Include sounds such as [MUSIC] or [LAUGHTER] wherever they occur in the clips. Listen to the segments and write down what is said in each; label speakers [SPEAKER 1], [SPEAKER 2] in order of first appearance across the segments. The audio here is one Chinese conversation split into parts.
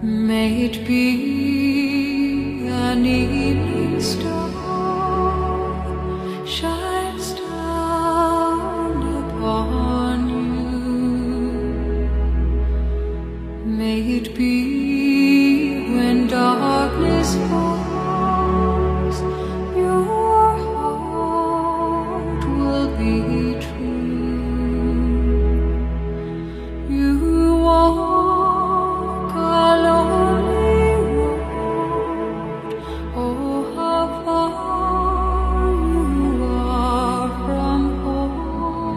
[SPEAKER 1] May it be an evening star shines down upon you. May it be when darkness falls, your heart will be true. You walk a lonely road. Oh, how far you are from home.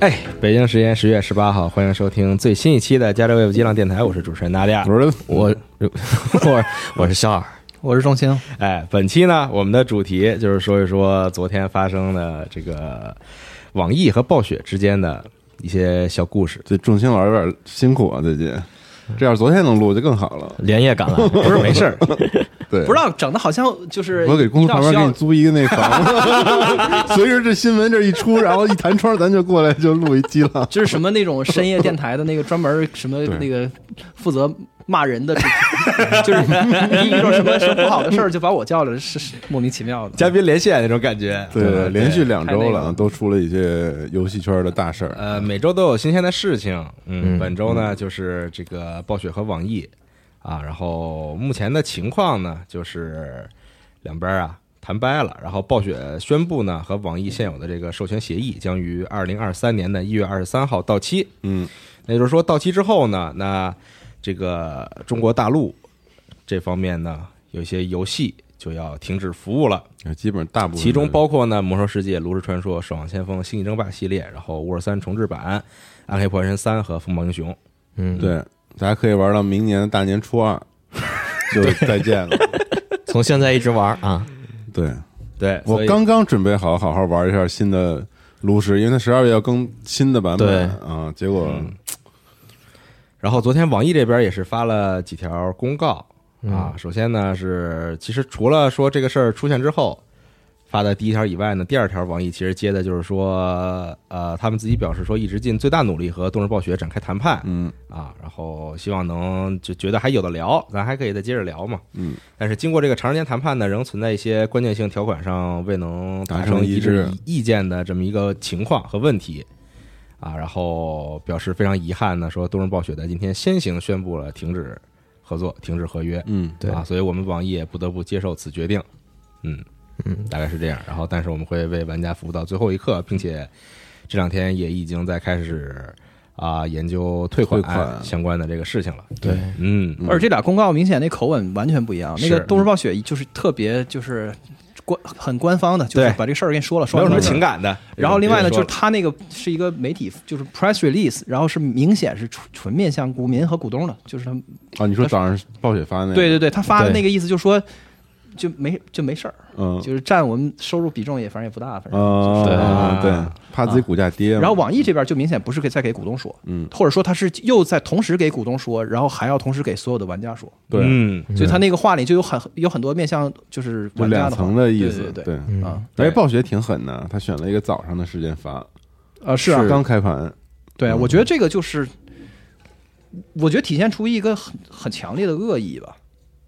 [SPEAKER 2] 哎，北京时间十月十八号，欢迎收听最新一期的《加州 wave 激浪电台》，我是主持人大家，
[SPEAKER 3] 我是
[SPEAKER 2] 我 [LAUGHS] 我我是小尔。
[SPEAKER 4] 我是钟青，
[SPEAKER 2] 哎，本期呢，我们的主题就是说一说昨天发生的这个网易和暴雪之间的一些小故事，
[SPEAKER 3] 这仲兴老师有点辛苦啊，最近。这要是昨天能录就更好了。
[SPEAKER 5] 连夜赶
[SPEAKER 2] [LAUGHS]
[SPEAKER 5] 来，
[SPEAKER 2] 不是没事儿，
[SPEAKER 3] 对，
[SPEAKER 4] 不知道整的好像就是
[SPEAKER 3] 我给公司旁边给你
[SPEAKER 4] 一定
[SPEAKER 3] 租一个那房子， [LAUGHS] 随着这新闻这一出，然后一弹窗，咱就过来就录一期了。
[SPEAKER 4] 需要就是什么那种深夜电台的那个专门什么
[SPEAKER 3] 对
[SPEAKER 4] 那个负责骂人的主题，就是一遇到什么什么不好的事儿就把我叫来，是是莫名其妙的。
[SPEAKER 2] 嘉宾连线那种感觉，
[SPEAKER 3] 对，连续两周
[SPEAKER 4] 太那
[SPEAKER 3] 了，
[SPEAKER 4] 个
[SPEAKER 3] 都出了一些游戏圈的大事儿。
[SPEAKER 2] 呃，每周都有新鲜的事情。嗯，
[SPEAKER 5] 嗯
[SPEAKER 2] 本周呢就是这个暴雪和网易啊，然后目前的情况呢就是两边啊谈掰了，然后暴雪宣布呢和网易现有的这个授权协议将于二零二三年的一月二十三号到期。
[SPEAKER 3] 嗯，
[SPEAKER 2] 那就是说到期之后呢，那这个中国大陆这方面呢有一些游戏就要停止服务了。
[SPEAKER 3] 基本上大部分
[SPEAKER 2] 其中包括呢《魔兽世界》《炉石传说》《守望先锋》《星际争霸》系列，然后《沃尔三重置版》《暗黑破坏神三》和《风暴英雄》。
[SPEAKER 5] 嗯，，
[SPEAKER 3] 对，大家可以玩到明年大年初二就再见了。
[SPEAKER 5] 从现在一直玩啊，
[SPEAKER 3] 对
[SPEAKER 2] 对，
[SPEAKER 3] 我
[SPEAKER 2] 所以
[SPEAKER 3] 刚刚准备好好好玩一下新的炉石，因为它十二月要更新的版
[SPEAKER 5] 对
[SPEAKER 3] 本啊，结果
[SPEAKER 2] 然后昨天网易这边也是发了几条公告
[SPEAKER 3] 嗯
[SPEAKER 2] 啊。首先呢是，其实除了说这个事儿出现之后发的第一条以外呢，第二条网易其实接的就是说，呃，他们自己表示说一直尽最大努力和动视暴雪展开谈判，
[SPEAKER 3] 嗯
[SPEAKER 2] 啊，然后希望能就觉得还有的聊，咱还可以再接着聊嘛。
[SPEAKER 3] 嗯，
[SPEAKER 2] 但是经过这个长时间谈判呢，仍存在一些关键性条款上未能达
[SPEAKER 3] 达成
[SPEAKER 2] 一
[SPEAKER 3] 一致
[SPEAKER 2] 意见的这么一个情况和问题。啊，然后表示非常遗憾呢，说东日暴雪在今天先行宣布了停止合作、停止合约。
[SPEAKER 3] 嗯，
[SPEAKER 5] 对
[SPEAKER 2] 啊，所以我们网易也不得不接受此决定。嗯
[SPEAKER 5] 嗯，
[SPEAKER 2] 大概是这样。然后，但是我们会为玩家服务到最后一刻，并且这两天也已经在开始啊、研究退款
[SPEAKER 3] 退款
[SPEAKER 2] 相关的这个事情了。
[SPEAKER 5] 对，
[SPEAKER 2] [LAUGHS] 嗯，
[SPEAKER 4] 而这俩公告明显那口吻完全不一样，那个
[SPEAKER 2] 是
[SPEAKER 4] 《都市暴雪》就是特别就是官很官方的，就是
[SPEAKER 2] 对
[SPEAKER 4] 把这个事儿跟你说了，
[SPEAKER 2] 没
[SPEAKER 4] 说
[SPEAKER 2] 有
[SPEAKER 4] 了
[SPEAKER 2] 什么
[SPEAKER 4] 说了
[SPEAKER 2] 情感的。
[SPEAKER 4] 然后另外呢，就是是他那个是一个媒体，就是 press release，然后是明显是纯纯面向股民和股东的，就是他们
[SPEAKER 3] 啊，你说早上暴雪发的
[SPEAKER 4] 呃
[SPEAKER 3] 那个，
[SPEAKER 4] 对，对对，他发的
[SPEAKER 5] 对
[SPEAKER 4] 那个意思就是说，就没就没事儿，
[SPEAKER 3] 嗯，
[SPEAKER 4] 就是占我们收入比重也反正也不大，反正。
[SPEAKER 3] 啊，
[SPEAKER 5] 对
[SPEAKER 3] 啊对，怕自己股价跌嘛，
[SPEAKER 4] 然后网易这边就明显不是给在给股东说，
[SPEAKER 3] 嗯，
[SPEAKER 4] 或者说他是又在同时给股东说，然后还要同时给所有的玩家说，
[SPEAKER 3] 对，
[SPEAKER 2] 嗯，
[SPEAKER 4] 所以他那个话里就有很有很多面向就是
[SPEAKER 3] 就
[SPEAKER 4] 玩家
[SPEAKER 3] 两
[SPEAKER 4] 的话
[SPEAKER 3] 层的意思，
[SPEAKER 4] 对对对
[SPEAKER 3] 对。
[SPEAKER 5] 嗯
[SPEAKER 4] 啊，
[SPEAKER 3] 而且暴雪挺狠的，他选了一个早上的时间发，
[SPEAKER 4] 呃是啊，
[SPEAKER 3] 刚开盘，
[SPEAKER 4] 对，
[SPEAKER 3] 嗯
[SPEAKER 4] 我觉得这个就是，我觉得体现出一个很很强烈的恶意吧，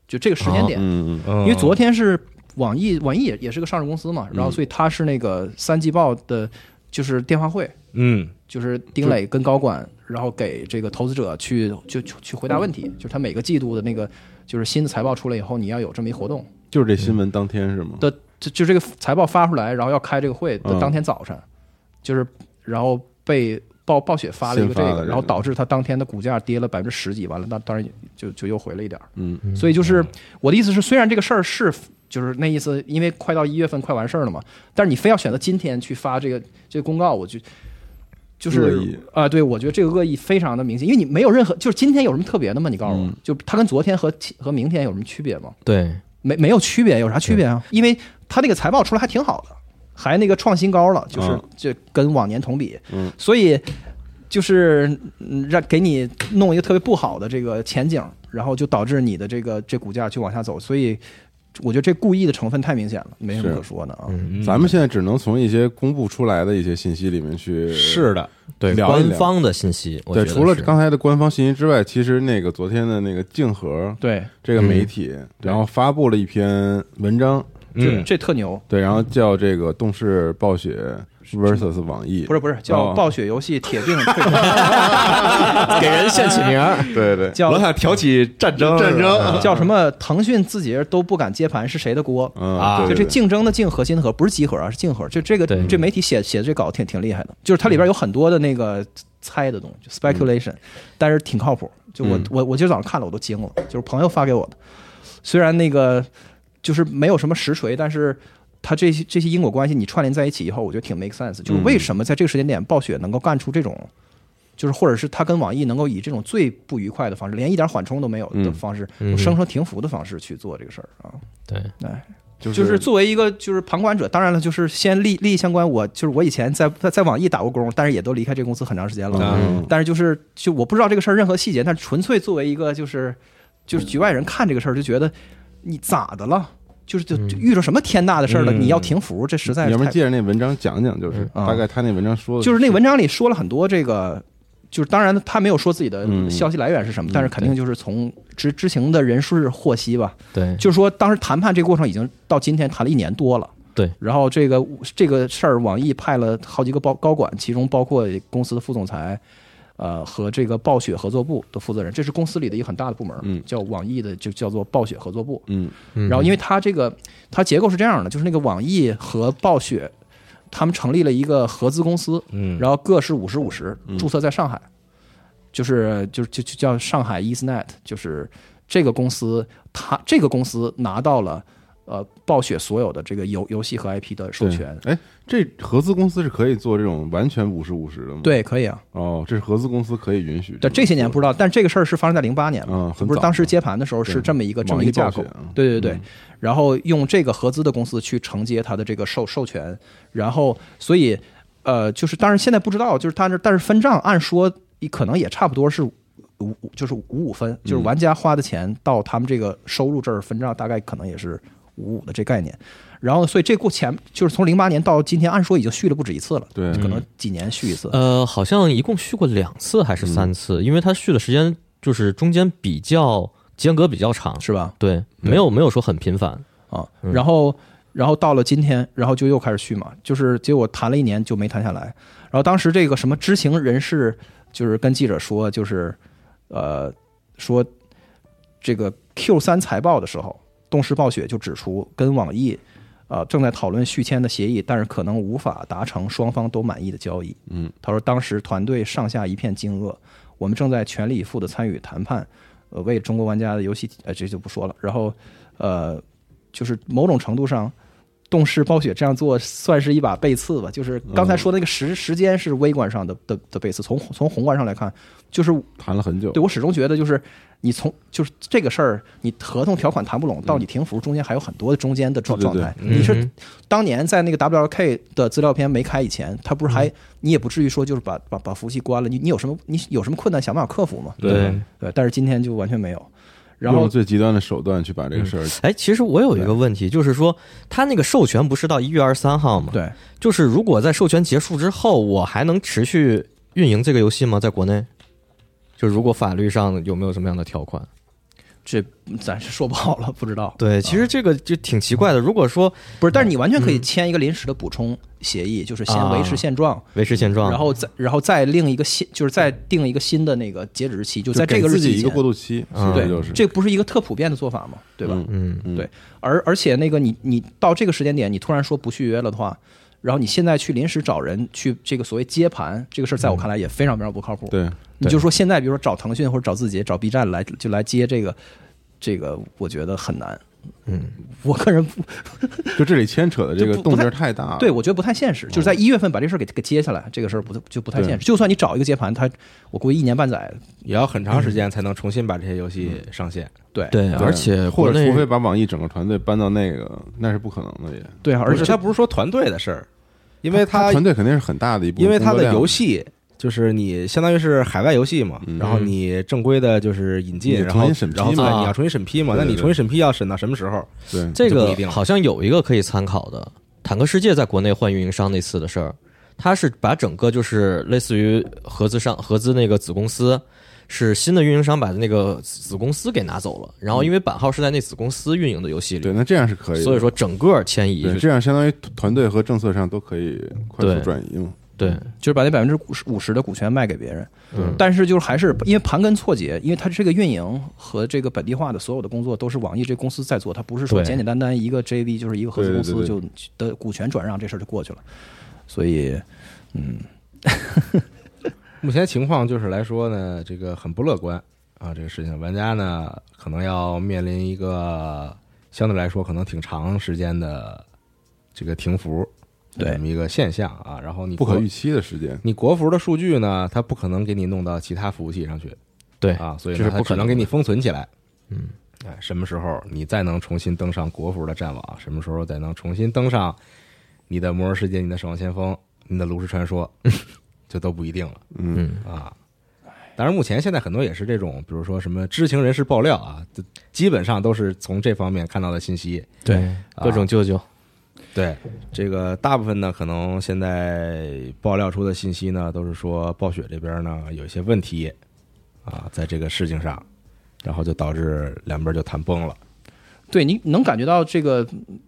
[SPEAKER 4] 就这个时间点，
[SPEAKER 3] 嗯嗯
[SPEAKER 2] 因
[SPEAKER 4] 因为昨天是网易，网易也也是个上市公司嘛，然后
[SPEAKER 3] 嗯
[SPEAKER 4] 所以它是那个三季报的，就是电话会，
[SPEAKER 2] 嗯
[SPEAKER 4] 就是丁磊跟高管，然后给这个投资者去就去去回答问题，就是他每个季度的那个就是新的财报出来以后，你要有这么一活动
[SPEAKER 3] 就是这新闻当天是吗？
[SPEAKER 4] 的，就就这个财报发出来，然后要开这个会的
[SPEAKER 3] 嗯
[SPEAKER 4] 当天早晨，就是然后被。暴暴雪发了一个这
[SPEAKER 3] 先发了
[SPEAKER 4] 个，
[SPEAKER 3] 这个
[SPEAKER 4] 然后导致它当天的股价跌了百分之十几，完了，那当然就就又回了一点儿。
[SPEAKER 3] 嗯，
[SPEAKER 4] 所以就是我的意思是，虽然这个事儿是就是那意思，因为快到一月份快完事儿了嘛，但是你非要选择今天去发这个这个公告，我就就
[SPEAKER 3] 恶
[SPEAKER 4] 是
[SPEAKER 3] 意
[SPEAKER 4] 啊、对我觉得这个恶意非常的明显，因为你没有任何就是今天有什么特别的吗？你告诉我，
[SPEAKER 3] 嗯
[SPEAKER 4] 就它跟昨天和其和明天有什么区别吗？
[SPEAKER 5] 对，
[SPEAKER 4] 没没有区别，有啥区别啊？因为它那个财报出来还挺好的，还那个创新高了，就是
[SPEAKER 3] 嗯
[SPEAKER 4] 这跟往年同比，
[SPEAKER 3] 嗯
[SPEAKER 4] 所以就是嗯让给你弄一个特别不好的这个前景，然后就导致你的这个这股价去往下走，所以我觉得这故意的成分太明显了，没什么
[SPEAKER 3] 是
[SPEAKER 4] 可说的啊。
[SPEAKER 2] 嗯
[SPEAKER 3] 咱们现在只能从一些公布出来的一些信息里面去
[SPEAKER 2] 是的，
[SPEAKER 5] 对
[SPEAKER 3] 聊一
[SPEAKER 5] 官
[SPEAKER 3] 聊
[SPEAKER 5] 方的信息，我
[SPEAKER 3] 对，
[SPEAKER 5] 觉得
[SPEAKER 3] 除了
[SPEAKER 5] 是
[SPEAKER 3] 刚才的官方信息之外，其实那个昨天的那个静和
[SPEAKER 4] 对，
[SPEAKER 3] 这个媒体，然后发布了一篇文章，
[SPEAKER 4] 这
[SPEAKER 2] 嗯，
[SPEAKER 4] 这特牛，
[SPEAKER 3] 对，然后叫这个动视暴雪 versus 网易，
[SPEAKER 4] 不是不是，叫
[SPEAKER 3] 哦
[SPEAKER 4] 暴雪游戏铁定退
[SPEAKER 2] [LAUGHS]
[SPEAKER 4] 出，
[SPEAKER 5] 给人
[SPEAKER 3] [LAUGHS]
[SPEAKER 5] 现起名儿，
[SPEAKER 3] 对对，
[SPEAKER 2] 老
[SPEAKER 4] 叫
[SPEAKER 2] 想挑起战争，
[SPEAKER 3] 战争啊
[SPEAKER 2] 是吧
[SPEAKER 4] 叫什么？腾讯自己人都不敢接盘，是谁的锅？
[SPEAKER 3] 嗯
[SPEAKER 2] 啊
[SPEAKER 3] 对
[SPEAKER 4] 就
[SPEAKER 3] 对
[SPEAKER 4] 这
[SPEAKER 3] 对
[SPEAKER 4] 竞争的竞核心的核不是集合啊，是竞合。就这个
[SPEAKER 5] 对
[SPEAKER 4] 这媒体写写的这稿挺挺厉害的，就是它里边有很多的那个猜的东西就，speculation，但是挺靠谱。就我
[SPEAKER 5] 嗯
[SPEAKER 4] 我我今儿早上看了我都惊了，就是朋友发给我的，虽然那个就是没有什么实锤，但是。它这些这些因果关系你串联在一起以后，我觉得挺 make sense。就是为什么在这个时间点，暴雪能够干出这种，就是或者是他跟网易能够以这种最不愉快的方式，连一点缓冲都没有的
[SPEAKER 3] 嗯
[SPEAKER 4] 方式，
[SPEAKER 5] 嗯
[SPEAKER 4] 生生停服的方式去做这个事儿啊。
[SPEAKER 5] 对，
[SPEAKER 4] 哎，
[SPEAKER 3] 就
[SPEAKER 4] 就是作为一个就是旁观者，当然了，就是先利利益相关。我就是我以前在在在网易打过工，但是也都离开这个公司很长时间了。
[SPEAKER 2] 嗯
[SPEAKER 4] 但是就是就我不知道这个事儿任何细节，但是纯粹作为一个就是就是局外人看这个事儿，就觉得你咋的了？就是就就遇着什么天大的事儿了，
[SPEAKER 2] 嗯
[SPEAKER 4] 你要停服，这实在是
[SPEAKER 3] 你要不
[SPEAKER 4] 太
[SPEAKER 3] 然借着那文章讲讲，就是
[SPEAKER 4] 嗯
[SPEAKER 3] 大概他那文章说的
[SPEAKER 4] 就是那文章里说了很多这个，就是当然他没有说自己的
[SPEAKER 2] 嗯
[SPEAKER 4] 消息来源是什么，但是肯定就是从知知情的人数获悉吧。
[SPEAKER 5] 对，
[SPEAKER 4] 就是说当时谈判这个过程已经到今天谈了一年多了。
[SPEAKER 5] 对，
[SPEAKER 4] 然后这个这个事儿，网易派了好几个高高管，其中包括公司的副总裁，呃，和这个暴雪合作部的负责人，这是公司里的一个很大的部门，
[SPEAKER 3] 嗯
[SPEAKER 4] 叫网易的，就叫做暴雪合作部。
[SPEAKER 3] 嗯
[SPEAKER 5] 嗯
[SPEAKER 4] 然后因为它这个它结构是这样的，就是那个网易和暴雪，他们成立了一个合资公司，
[SPEAKER 2] 嗯，
[SPEAKER 4] 然后各是五十五十，
[SPEAKER 3] 嗯
[SPEAKER 4] 注册在上海，就是就是就就叫上海 EastNet，就是这个公司，它这个公司拿到了呃暴雪所有的这个游游戏和 IP 的授
[SPEAKER 3] 对
[SPEAKER 4] 权。
[SPEAKER 3] 哎，这合资公司是可以做这种完全五十五十的吗？，
[SPEAKER 4] 对，可以啊。
[SPEAKER 3] 哦，这是合资公司可以允许。
[SPEAKER 4] 但这些年不知道，但这个事儿是发生在零八年了，
[SPEAKER 3] 嗯嗯很
[SPEAKER 4] 不是
[SPEAKER 3] 早
[SPEAKER 4] 当时接盘的时候是
[SPEAKER 3] 对
[SPEAKER 4] 这么一个这么
[SPEAKER 3] 网
[SPEAKER 4] 一
[SPEAKER 3] 易
[SPEAKER 4] 个架
[SPEAKER 3] 暴
[SPEAKER 4] 构
[SPEAKER 3] 雪啊，
[SPEAKER 4] 对对对。然后用这个合资的公司去承接它的这个授授权，然后所以呃，就是当然现在不知道，就是但是但是分账按说可能也差不多是五五就是五五分，
[SPEAKER 3] 嗯
[SPEAKER 4] 就是玩家花的钱到他们这个收入这儿分账，大概可能也是五五的这概念。然后所以这过前就是从零八年到今天，按说已经续了不止一次了，
[SPEAKER 3] 对
[SPEAKER 4] 可能几年续一次。
[SPEAKER 5] 呃，好像一共续过两次还是
[SPEAKER 2] 嗯
[SPEAKER 5] 三次，因为它续的时间就是中间比较间隔比较长，
[SPEAKER 4] 是吧？
[SPEAKER 5] 对，没有没有说很频繁，
[SPEAKER 4] 啊，然后然后到了今天，然后就又开始续嘛，就是结果谈了一年就没谈下来。然后当时这个什么知情人士就是跟记者说，就是呃说这个 Q 三财报的时候，动视暴雪就指出跟网易。呃，正在讨论续签的协议，但是可能无法达成双方都满意的交易。
[SPEAKER 3] 嗯，
[SPEAKER 4] 他说当时团队上下一片惊愕，我们正在全力以赴的参与谈判，呃，为中国玩家的游戏，呃，这就不说了。然后，呃，就是某种程度上，动视暴雪这样做算是一把背刺吧。就是刚才说的那个时时间是微观上的的的背刺，从从宏观上来看，就是
[SPEAKER 3] 谈了很久
[SPEAKER 4] 对，我始终觉得就是你从就是这个事儿，你合同条款谈不拢，到你停服中间还有很多中间的状
[SPEAKER 3] 对对
[SPEAKER 4] 状
[SPEAKER 3] 对
[SPEAKER 4] 态。你是当年在那个 WLK 的资料片没开以前，他不是还你也不至于说就是把把把服务器关了，你你有什么你有什么困难想办法克服嘛？
[SPEAKER 5] 对。
[SPEAKER 4] 对，但是今天就完全没有。然
[SPEAKER 3] 用
[SPEAKER 4] 后嗯
[SPEAKER 3] 了最极端的手段去把这个事儿，
[SPEAKER 5] 哎，其实我有一个问题，就是说，他那个授权不是到一月二十三号吗？，
[SPEAKER 4] 对，
[SPEAKER 5] 就是如果在授权结束之后，我还能持续运营这个游戏吗？在国内，就如果法律上有没有什么样的条款？
[SPEAKER 4] 这咱是说不好了，不知道。
[SPEAKER 5] 对，其实这个就挺奇怪的。如果说
[SPEAKER 4] 不是，但
[SPEAKER 3] 嗯
[SPEAKER 4] 是你完全可以签一个临时的补充协议，就是先维持
[SPEAKER 5] 啊
[SPEAKER 4] 现状，
[SPEAKER 5] 维持现状，
[SPEAKER 4] 然后再然后再另一个新，就是再定一个新的那个截止日期，就在这
[SPEAKER 3] 就
[SPEAKER 4] 个
[SPEAKER 3] 给
[SPEAKER 4] 日
[SPEAKER 3] 自
[SPEAKER 4] 期
[SPEAKER 3] 己一个
[SPEAKER 4] 前
[SPEAKER 3] 过渡期，
[SPEAKER 5] 嗯
[SPEAKER 3] 其实
[SPEAKER 4] 对，
[SPEAKER 3] 就是
[SPEAKER 4] 这不是一个特普遍的做法嘛，对吧？
[SPEAKER 3] 嗯
[SPEAKER 5] 嗯，
[SPEAKER 3] 嗯
[SPEAKER 4] 对，而而且那个你你到这个时间点，你突然说不续约了的话，然后你现在去临时找人去这个所谓接盘这个事儿，在我看来也非常非常不靠谱。，
[SPEAKER 3] 嗯对，
[SPEAKER 4] 你就说现在比如说找腾讯或者找字节、找 B 站来就来接这个，这个我觉得很难。嗯，我个人不
[SPEAKER 3] 就这里牵扯的这个
[SPEAKER 4] 就不
[SPEAKER 3] 动
[SPEAKER 4] 不太
[SPEAKER 3] 静儿太大了，
[SPEAKER 4] 对我觉得不太现实，就是在一月份把这事儿给给接下来，这个事儿不就不太现实。
[SPEAKER 3] 嗯对
[SPEAKER 4] 就算你找一个接盘，他我估计一年半载，
[SPEAKER 2] 也要很
[SPEAKER 5] 嗯
[SPEAKER 2] 长时间才能重新把这些游戏上线。
[SPEAKER 4] 对
[SPEAKER 5] 对，
[SPEAKER 3] 对，
[SPEAKER 5] 而且
[SPEAKER 3] 或
[SPEAKER 5] 国
[SPEAKER 3] 者
[SPEAKER 5] 内
[SPEAKER 3] 除非把网易整个团队搬到那个，那是不可能的也。
[SPEAKER 4] 对啊，而
[SPEAKER 2] 而且
[SPEAKER 4] 且
[SPEAKER 2] 他不是说团队的事儿，因为
[SPEAKER 3] 他
[SPEAKER 2] 他
[SPEAKER 3] 团队肯定是很大的一部分
[SPEAKER 2] 因为
[SPEAKER 3] 工
[SPEAKER 2] 他
[SPEAKER 3] 作量，
[SPEAKER 2] 的游戏就是你相当于是海外游戏嘛，
[SPEAKER 3] 嗯
[SPEAKER 2] 然后你正规的就是引进，
[SPEAKER 3] 你
[SPEAKER 2] 然
[SPEAKER 3] 重
[SPEAKER 2] 后
[SPEAKER 3] 新审批
[SPEAKER 2] 然后
[SPEAKER 3] 嘛
[SPEAKER 2] 再你要重新审批嘛，
[SPEAKER 3] 对
[SPEAKER 2] 那
[SPEAKER 3] 对
[SPEAKER 2] 你
[SPEAKER 3] 对
[SPEAKER 2] 重新审批要审到什么时候？
[SPEAKER 3] 对，
[SPEAKER 5] 这
[SPEAKER 2] 就不
[SPEAKER 5] 个
[SPEAKER 2] 一定了
[SPEAKER 5] 好像有一个可以参考的，《坦克世界》在国内换运营商那次的事儿，它是把整个就是类似于合资商、合资那个子公司，是新的运营商把那个子公司给拿走了，然后因为版号是在那子公司运营的游戏里，
[SPEAKER 3] 对，那这样是可以的，
[SPEAKER 5] 所以说整个迁移
[SPEAKER 3] 对，
[SPEAKER 5] 是
[SPEAKER 3] 这样相当于团队和政策上都可以快速
[SPEAKER 5] 对
[SPEAKER 3] 转移嘛。
[SPEAKER 5] 对
[SPEAKER 4] 就是把那百分之五十五十的股权卖给别人，
[SPEAKER 5] 嗯
[SPEAKER 4] 但是就是还是因为盘根错节，因为它这个运营和这个本地化的所有的工作都是网易这公司在做，它不是说
[SPEAKER 5] 对
[SPEAKER 4] 简简单单一个 JV 就是一个合资公司
[SPEAKER 3] 对对
[SPEAKER 4] 就的股权转让这事儿就过去了，所以嗯，
[SPEAKER 2] 目前情况就是来说呢，这个很不乐观啊，这个事情，玩家呢可能要面临一个相对来说可能挺长时间的这个停服，
[SPEAKER 3] 嗯
[SPEAKER 4] 对
[SPEAKER 2] 这么一个现象啊。然后你
[SPEAKER 3] 不可
[SPEAKER 2] 国
[SPEAKER 3] 预期的时间，
[SPEAKER 2] 你国服的数据呢，它不可能给你弄到其他服务器上去，
[SPEAKER 5] 对
[SPEAKER 2] 啊，所以
[SPEAKER 5] 这
[SPEAKER 2] 呢
[SPEAKER 5] 是
[SPEAKER 2] 它
[SPEAKER 5] 不
[SPEAKER 2] 只
[SPEAKER 5] 可
[SPEAKER 2] 能
[SPEAKER 5] 能
[SPEAKER 2] 给
[SPEAKER 5] 的
[SPEAKER 2] 你封存起来。
[SPEAKER 5] 嗯，
[SPEAKER 2] 哎，什么时候你再能重新登上国服的战网？什么时候再能重新登上你的《魔兽世界》、你的《守望先锋》、你的《炉石传
[SPEAKER 5] [LAUGHS]
[SPEAKER 2] 说》，就都不一定了。
[SPEAKER 3] 嗯，
[SPEAKER 5] 嗯
[SPEAKER 2] 啊。当然，目前现在很多也是这种，比如说什么知情人士爆料啊，这基本上都是从这方面看到的信息。
[SPEAKER 5] 对各种舅舅
[SPEAKER 2] 对，这个大部分呢，可能现在爆料出的信息呢，都是说暴雪这边呢有一些问题啊，在这个事情上，然后就导致两边就谈崩了。
[SPEAKER 4] 对你能感觉到这个嗯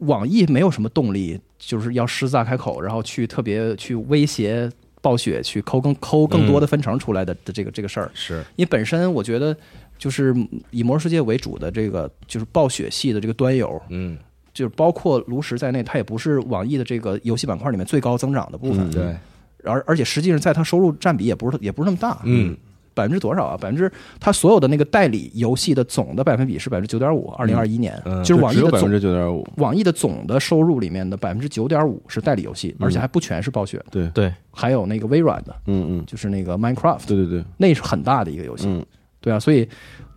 [SPEAKER 4] 网易没有什么动力，就是要狮子大开口，然后去特别去威胁暴雪去抠更抠更
[SPEAKER 3] 嗯
[SPEAKER 4] 多的分成出来的、的这个这个事儿，
[SPEAKER 2] 是，
[SPEAKER 4] 因为本身我觉得就是以魔兽世界为主的这个就是暴雪系的这个端游，
[SPEAKER 2] 嗯，
[SPEAKER 4] 就是包括炉石在内，它也不是网易的这个游戏板块里面最高增长的部分，
[SPEAKER 3] 嗯
[SPEAKER 2] 对，
[SPEAKER 4] 而而且实际上在它收入占比也不是也不是那么大，
[SPEAKER 2] 嗯，
[SPEAKER 4] 百分之多少啊？百分之它所有的那个代理游戏的总的百分比是百分之九点五，二零二一年、
[SPEAKER 2] 嗯
[SPEAKER 4] 就是网易
[SPEAKER 3] 只有
[SPEAKER 4] 的
[SPEAKER 3] 百分
[SPEAKER 4] 总
[SPEAKER 3] 之九点五，
[SPEAKER 4] 网易的总的收入里面的百分之九点五是代理游戏，而
[SPEAKER 3] 嗯
[SPEAKER 4] 且还不全是暴雪的，
[SPEAKER 3] 对，
[SPEAKER 5] 对
[SPEAKER 4] 还有那个微软的，
[SPEAKER 3] 嗯嗯，
[SPEAKER 4] 就是那个 Minecraft，
[SPEAKER 3] 对对对，
[SPEAKER 4] 那是很大的一个游戏，
[SPEAKER 3] 嗯，
[SPEAKER 4] 对啊，所以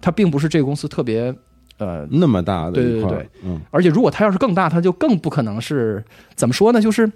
[SPEAKER 4] 它并不是这个公司特别呃，
[SPEAKER 3] 那么大的一
[SPEAKER 4] 对
[SPEAKER 3] 块
[SPEAKER 4] 对
[SPEAKER 3] 儿，嗯，
[SPEAKER 4] 而且如果它要是更大，它就更不可能是怎么说呢？就是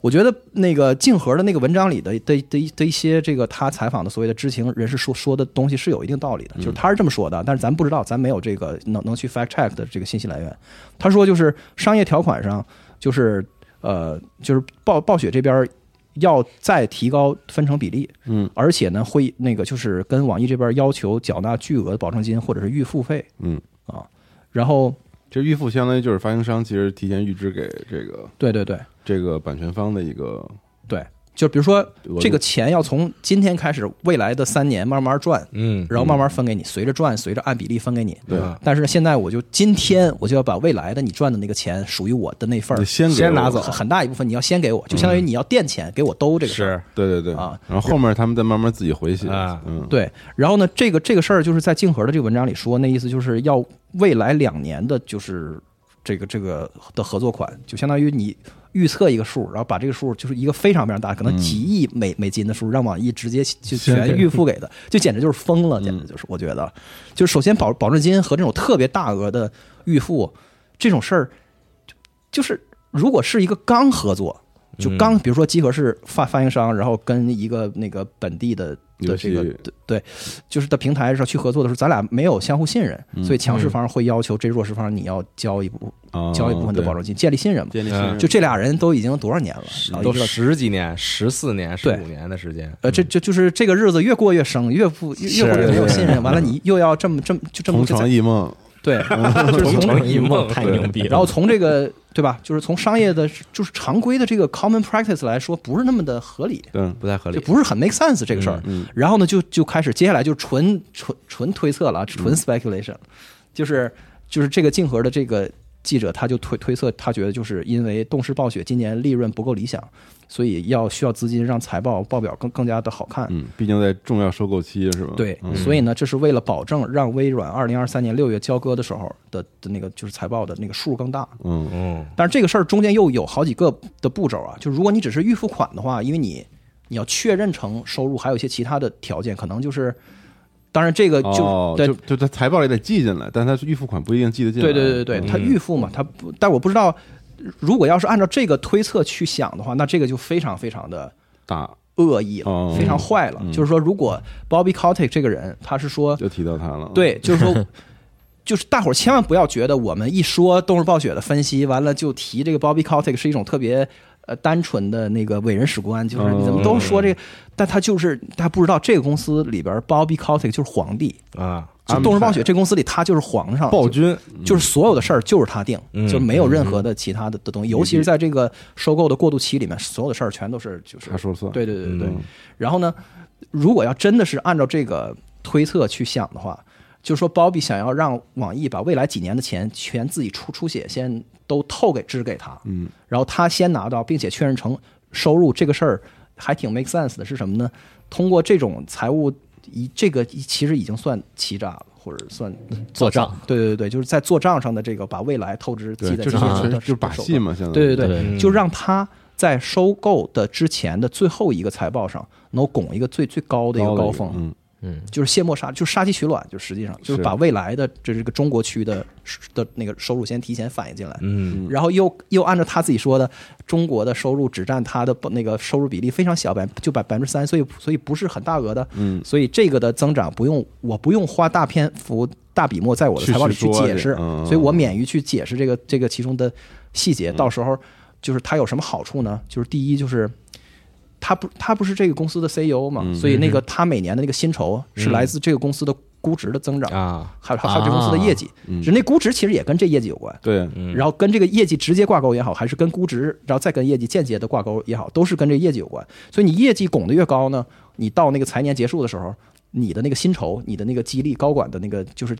[SPEAKER 4] 我觉得那个静和的那个文章里的的的的一些这个他采访的所谓的知情人士说说的东西是有一定道理的，就是他是这么说的，但是咱不知道，咱没有这个能能去 fact check 的这个信息来源。他说就是商业条款上，就是呃，就是暴暴雪这边。要再提高分成比例，
[SPEAKER 3] 嗯，
[SPEAKER 4] 而且呢，会那个就是跟网易这边要求缴纳巨额的保证金或者是预付费，
[SPEAKER 3] 嗯
[SPEAKER 4] 啊，然后
[SPEAKER 3] 这预付相当于就是发行商其实提前预支给这个
[SPEAKER 4] 对对对，
[SPEAKER 3] 这个版权方的一个
[SPEAKER 4] 对，就比如说
[SPEAKER 3] 额度
[SPEAKER 4] 这个钱要从今天开始，未来的三年慢慢赚，
[SPEAKER 2] 嗯，
[SPEAKER 4] 然后慢慢分给你，随着赚，随着按比例分给你。
[SPEAKER 3] 对
[SPEAKER 2] 啊
[SPEAKER 4] 但是现在我就今天我就要把未来的你赚的那个钱属于我的那份儿
[SPEAKER 3] 得，先给
[SPEAKER 2] 先
[SPEAKER 3] 我
[SPEAKER 2] 拿走
[SPEAKER 4] 很很大一部分你要先给我，就相当于你要垫钱给我兜这个事儿。
[SPEAKER 2] 是，
[SPEAKER 3] 对对对
[SPEAKER 4] 啊，
[SPEAKER 3] 然后后面他们再慢慢自己回血
[SPEAKER 2] 啊，
[SPEAKER 3] 嗯，
[SPEAKER 4] 对，然后呢，这个这个事儿就是在静和的这个文章里说，那意思就是要未来两年的，就是这个这个的合作款，就相当于你预测一个数，然后把这个数就是一个非常非常大，可能几亿美美金的数，让网易直接就全预付给的，就简直就是疯了，简直就是我觉得，就首先保保证金和这种特别大额的预付这种事儿，就就是如果是一个刚合作。就刚，比如说集合是发发行商，然后跟一个那个本地的的
[SPEAKER 3] 游
[SPEAKER 4] 这个
[SPEAKER 3] 戏
[SPEAKER 4] 对对，就是的平台上去合作的时候，咱俩没有相互信任，
[SPEAKER 3] 嗯
[SPEAKER 4] 所以强
[SPEAKER 5] 嗯
[SPEAKER 4] 势方会要求这弱势方你要交一部
[SPEAKER 3] 啊
[SPEAKER 4] 交一部分的保证金，建立信任嘛。
[SPEAKER 3] 建立信任，
[SPEAKER 4] 就这俩人都已经多少年了，啊然后
[SPEAKER 2] 都
[SPEAKER 4] 一直到
[SPEAKER 2] 十几年、十四年、十
[SPEAKER 4] 对
[SPEAKER 2] 五年的时间，
[SPEAKER 4] 呃，
[SPEAKER 3] 嗯
[SPEAKER 4] 这这就是这个日子越过越生，越不越越过越没有信任。完了，你又要这么这么就这么
[SPEAKER 3] 嗯同床异梦，
[SPEAKER 4] 对，就是
[SPEAKER 5] 同
[SPEAKER 4] 从
[SPEAKER 5] 床异梦太牛逼了，
[SPEAKER 4] 然后从这个对吧，就是从商业的就是常规的这个 common practice 来说，不是那么的合理。
[SPEAKER 3] 嗯，
[SPEAKER 2] 不太合理嗯
[SPEAKER 4] 就。不是很 make sense 这个事儿。然后呢，就就开始接下来就纯纯纯推测了啊，
[SPEAKER 2] 嗯
[SPEAKER 4] 纯 speculation，、就是就是这个竞合的这个记者他就推推测，他觉得就是因为动视暴雪今年利润不够理想，所以要需要资金让财报报表更更加的好看。
[SPEAKER 3] 嗯，毕竟在重要收购期
[SPEAKER 2] 嗯
[SPEAKER 3] 是吧？
[SPEAKER 4] 对，所以呢，这是为了保证让微软二零二三年六月交割的时候的的那个就是财报的那个数更大。
[SPEAKER 3] 嗯，
[SPEAKER 2] 嗯，
[SPEAKER 4] 但是这个事儿中间又有好几个的步骤啊，就如果你只是预付款的话，因为你你要确认成收入，还有一些其他的条件，可能就是，当然这个呃就、
[SPEAKER 3] 哦，
[SPEAKER 4] 对
[SPEAKER 3] 就就他财报也得记进来，但他预付款不一定记得进来。嗯
[SPEAKER 4] 对对对对，它预付嘛，它不，但我不知道，如果要是按照这个推测去想的话，那这个就非常非常的
[SPEAKER 3] 大
[SPEAKER 4] 恶意了
[SPEAKER 3] 哦，
[SPEAKER 4] 非常坏了。
[SPEAKER 3] 嗯
[SPEAKER 4] 就是说，如果 Bobby Kotick 这个人，他是 [LAUGHS] 说，
[SPEAKER 3] 就提到他了。，
[SPEAKER 4] 嗯对，就是
[SPEAKER 2] [LAUGHS]
[SPEAKER 4] 说，就是大伙儿千万不要觉得我们一说动物暴雪的分析完了就提这个 Bobby Kotick 是一种特别呃单纯的那个伟人史观，就是你怎么都说
[SPEAKER 2] 嗯
[SPEAKER 4] 这个，但他就是他不知道这个公司里边儿 Bobby Kotick 就是皇帝，
[SPEAKER 2] 啊，
[SPEAKER 4] 就动视暴雪这公司里他就是皇上，
[SPEAKER 2] 暴君
[SPEAKER 4] 就是所有的事儿就是他定，
[SPEAKER 2] 嗯
[SPEAKER 4] 就是没有任何的其他的的东西，尤其是在这个收购的过渡期里面，所有的事儿全都是就是
[SPEAKER 3] 他说了算。
[SPEAKER 4] 对对对对对。
[SPEAKER 3] 嗯
[SPEAKER 4] 然后呢，如果要真的是按照这个推测去想的话，就是说包比想要让网易把未来几年的钱全自己出出血，先都透给支给他，
[SPEAKER 3] 嗯，
[SPEAKER 4] 然后他先拿到，并且确认成收入这个事儿还挺 make sense 的，是什么呢？通过这种财务一这个其实已经算欺诈了。或者算
[SPEAKER 5] 做账，
[SPEAKER 4] 对对对对，就是在做账上的这个把未来透支记
[SPEAKER 3] 对，
[SPEAKER 4] 在
[SPEAKER 3] 就是
[SPEAKER 4] 进去
[SPEAKER 3] 就
[SPEAKER 4] 的
[SPEAKER 3] 就是把
[SPEAKER 4] 手
[SPEAKER 3] 戏
[SPEAKER 4] 段
[SPEAKER 3] 嘛，现在
[SPEAKER 4] 对对对，
[SPEAKER 5] 对
[SPEAKER 4] 就让他在收购的之前的最后一个财报上，能拱一个最最高的一个高峰，
[SPEAKER 3] 嗯，
[SPEAKER 5] 嗯，
[SPEAKER 4] 就是卸磨杀，就是杀鸡取卵，就实际上就是
[SPEAKER 3] 是
[SPEAKER 4] 把未来的这这个中国区的的那个收入先提前反映进来，
[SPEAKER 2] 嗯
[SPEAKER 4] 然后又又按照他自己说的，中国的收入只占他的那个收入比例非常小，百分就百百分之三，所以所以不是很大额的，
[SPEAKER 3] 嗯，
[SPEAKER 4] 所以这个的增长不用我不用花大篇幅大笔墨在我的财报里去
[SPEAKER 3] 去去说
[SPEAKER 4] 解释，
[SPEAKER 3] 去嗯
[SPEAKER 4] 所以我免于去解释这个这个其中的细节，到时候就是它有什么好处呢？就是第一就是。他不，他不是这个公司的 CEO 嘛，所以那个他每年的那个薪酬是来自这个公司的估值的增长，
[SPEAKER 2] 啊，
[SPEAKER 4] 还有还有这公司的业绩，就那估值其实也跟这业绩有关。
[SPEAKER 3] 对，
[SPEAKER 4] 然后跟这个业绩直接挂钩也好，还是跟估值，然后再跟业绩间接的挂钩也好，都是跟这业绩有关。所以你业绩拱得越高呢，你到那个财年结束的时候，你的那个薪酬、你的那个激励、高管的那个就是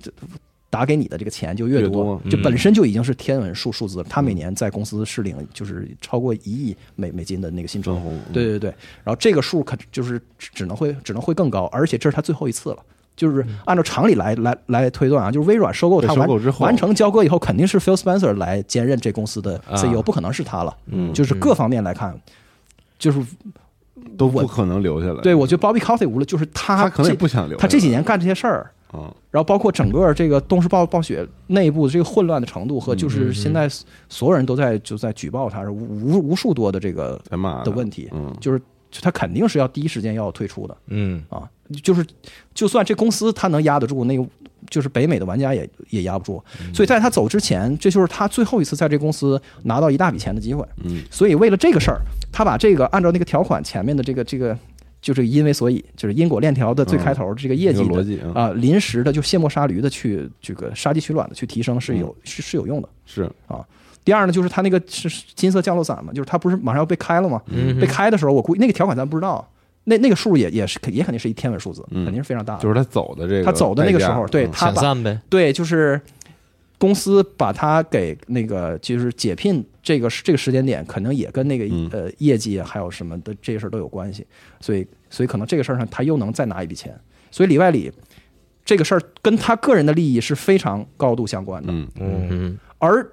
[SPEAKER 4] 打给你的这个钱就越
[SPEAKER 3] 越多嗯
[SPEAKER 4] 就本身就已经是天文数数字了。他每年在公司是领就是超过一亿美美金的那个薪酬
[SPEAKER 3] 分红，
[SPEAKER 4] 对对对。然后这个数可就是只只能会只能会更高，而且这是他最后一次了。就是按照常理来来来推断啊，就是微软收购他
[SPEAKER 3] 嗯对
[SPEAKER 4] 完
[SPEAKER 3] 收购之后
[SPEAKER 4] 完成。成交割以后，肯定是 Phil Spencer 来兼任这公司的
[SPEAKER 3] 啊
[SPEAKER 4] CEO，、不可能是他了。嗯，就是各方面来看，就是
[SPEAKER 3] 都不
[SPEAKER 4] 我
[SPEAKER 3] 可能留下来。
[SPEAKER 4] 对我觉得 Bobby Coffey 无论就是他，
[SPEAKER 3] 他可能也
[SPEAKER 4] 这
[SPEAKER 3] 不想留
[SPEAKER 4] 他
[SPEAKER 3] 下
[SPEAKER 4] 这几
[SPEAKER 3] 来
[SPEAKER 4] 年干这些事儿，
[SPEAKER 3] 啊，
[SPEAKER 4] 然后包括整个这个东视暴暴雪内部的这个混乱的程度
[SPEAKER 3] 嗯
[SPEAKER 4] 和就是现在所有人都在就在举报他，无无数多的这个
[SPEAKER 3] 在骂
[SPEAKER 4] 的
[SPEAKER 3] 他
[SPEAKER 4] 问题，
[SPEAKER 3] 嗯，
[SPEAKER 4] 就是他肯定是要第一时间要退出的。
[SPEAKER 2] 嗯
[SPEAKER 4] 啊，就是就算这公司他能压得住，那个就是北美的玩家也也压不住。
[SPEAKER 3] 嗯
[SPEAKER 4] 所以在他走之前，这就是他最后一次在这公司拿到一大笔钱的机会。
[SPEAKER 3] 嗯，
[SPEAKER 4] 所以为了这个事儿，他把这个按照那个条款前面的这个这个。就是因为所以，就是因果链条的最开头这个业绩的
[SPEAKER 3] 这个
[SPEAKER 4] 啊
[SPEAKER 3] 逻、辑嗯
[SPEAKER 4] 临时的就卸磨杀驴的去这个杀鸡取卵的去提升是
[SPEAKER 3] 嗯
[SPEAKER 4] 有、是是有用的。
[SPEAKER 3] 是
[SPEAKER 4] 啊。第二呢，就是他那个是是金色降落伞嘛，就是他不是马上要被开了吗？
[SPEAKER 3] 嗯
[SPEAKER 4] 被开的时候，我估计那个条款咱不知道，那那个数也也是也肯定是一天文数字，肯定是非常大的。
[SPEAKER 3] 嗯就是他走的这个
[SPEAKER 4] 他走的那个时候，
[SPEAKER 3] 代价
[SPEAKER 4] 对
[SPEAKER 3] 嗯
[SPEAKER 4] 他
[SPEAKER 5] 遣
[SPEAKER 4] 把
[SPEAKER 5] 散呗，
[SPEAKER 4] 对就是公司把他给那个就是解聘这个这个时间点，可能也跟那个、
[SPEAKER 3] 嗯
[SPEAKER 4] 呃业绩啊还有什么的这些事儿都有关系，所以所以可能这个事儿上他又能再拿一笔钱，所以里外里这个事儿跟他个人的利益是非常高度相关的。
[SPEAKER 3] 嗯
[SPEAKER 5] 嗯，
[SPEAKER 4] 而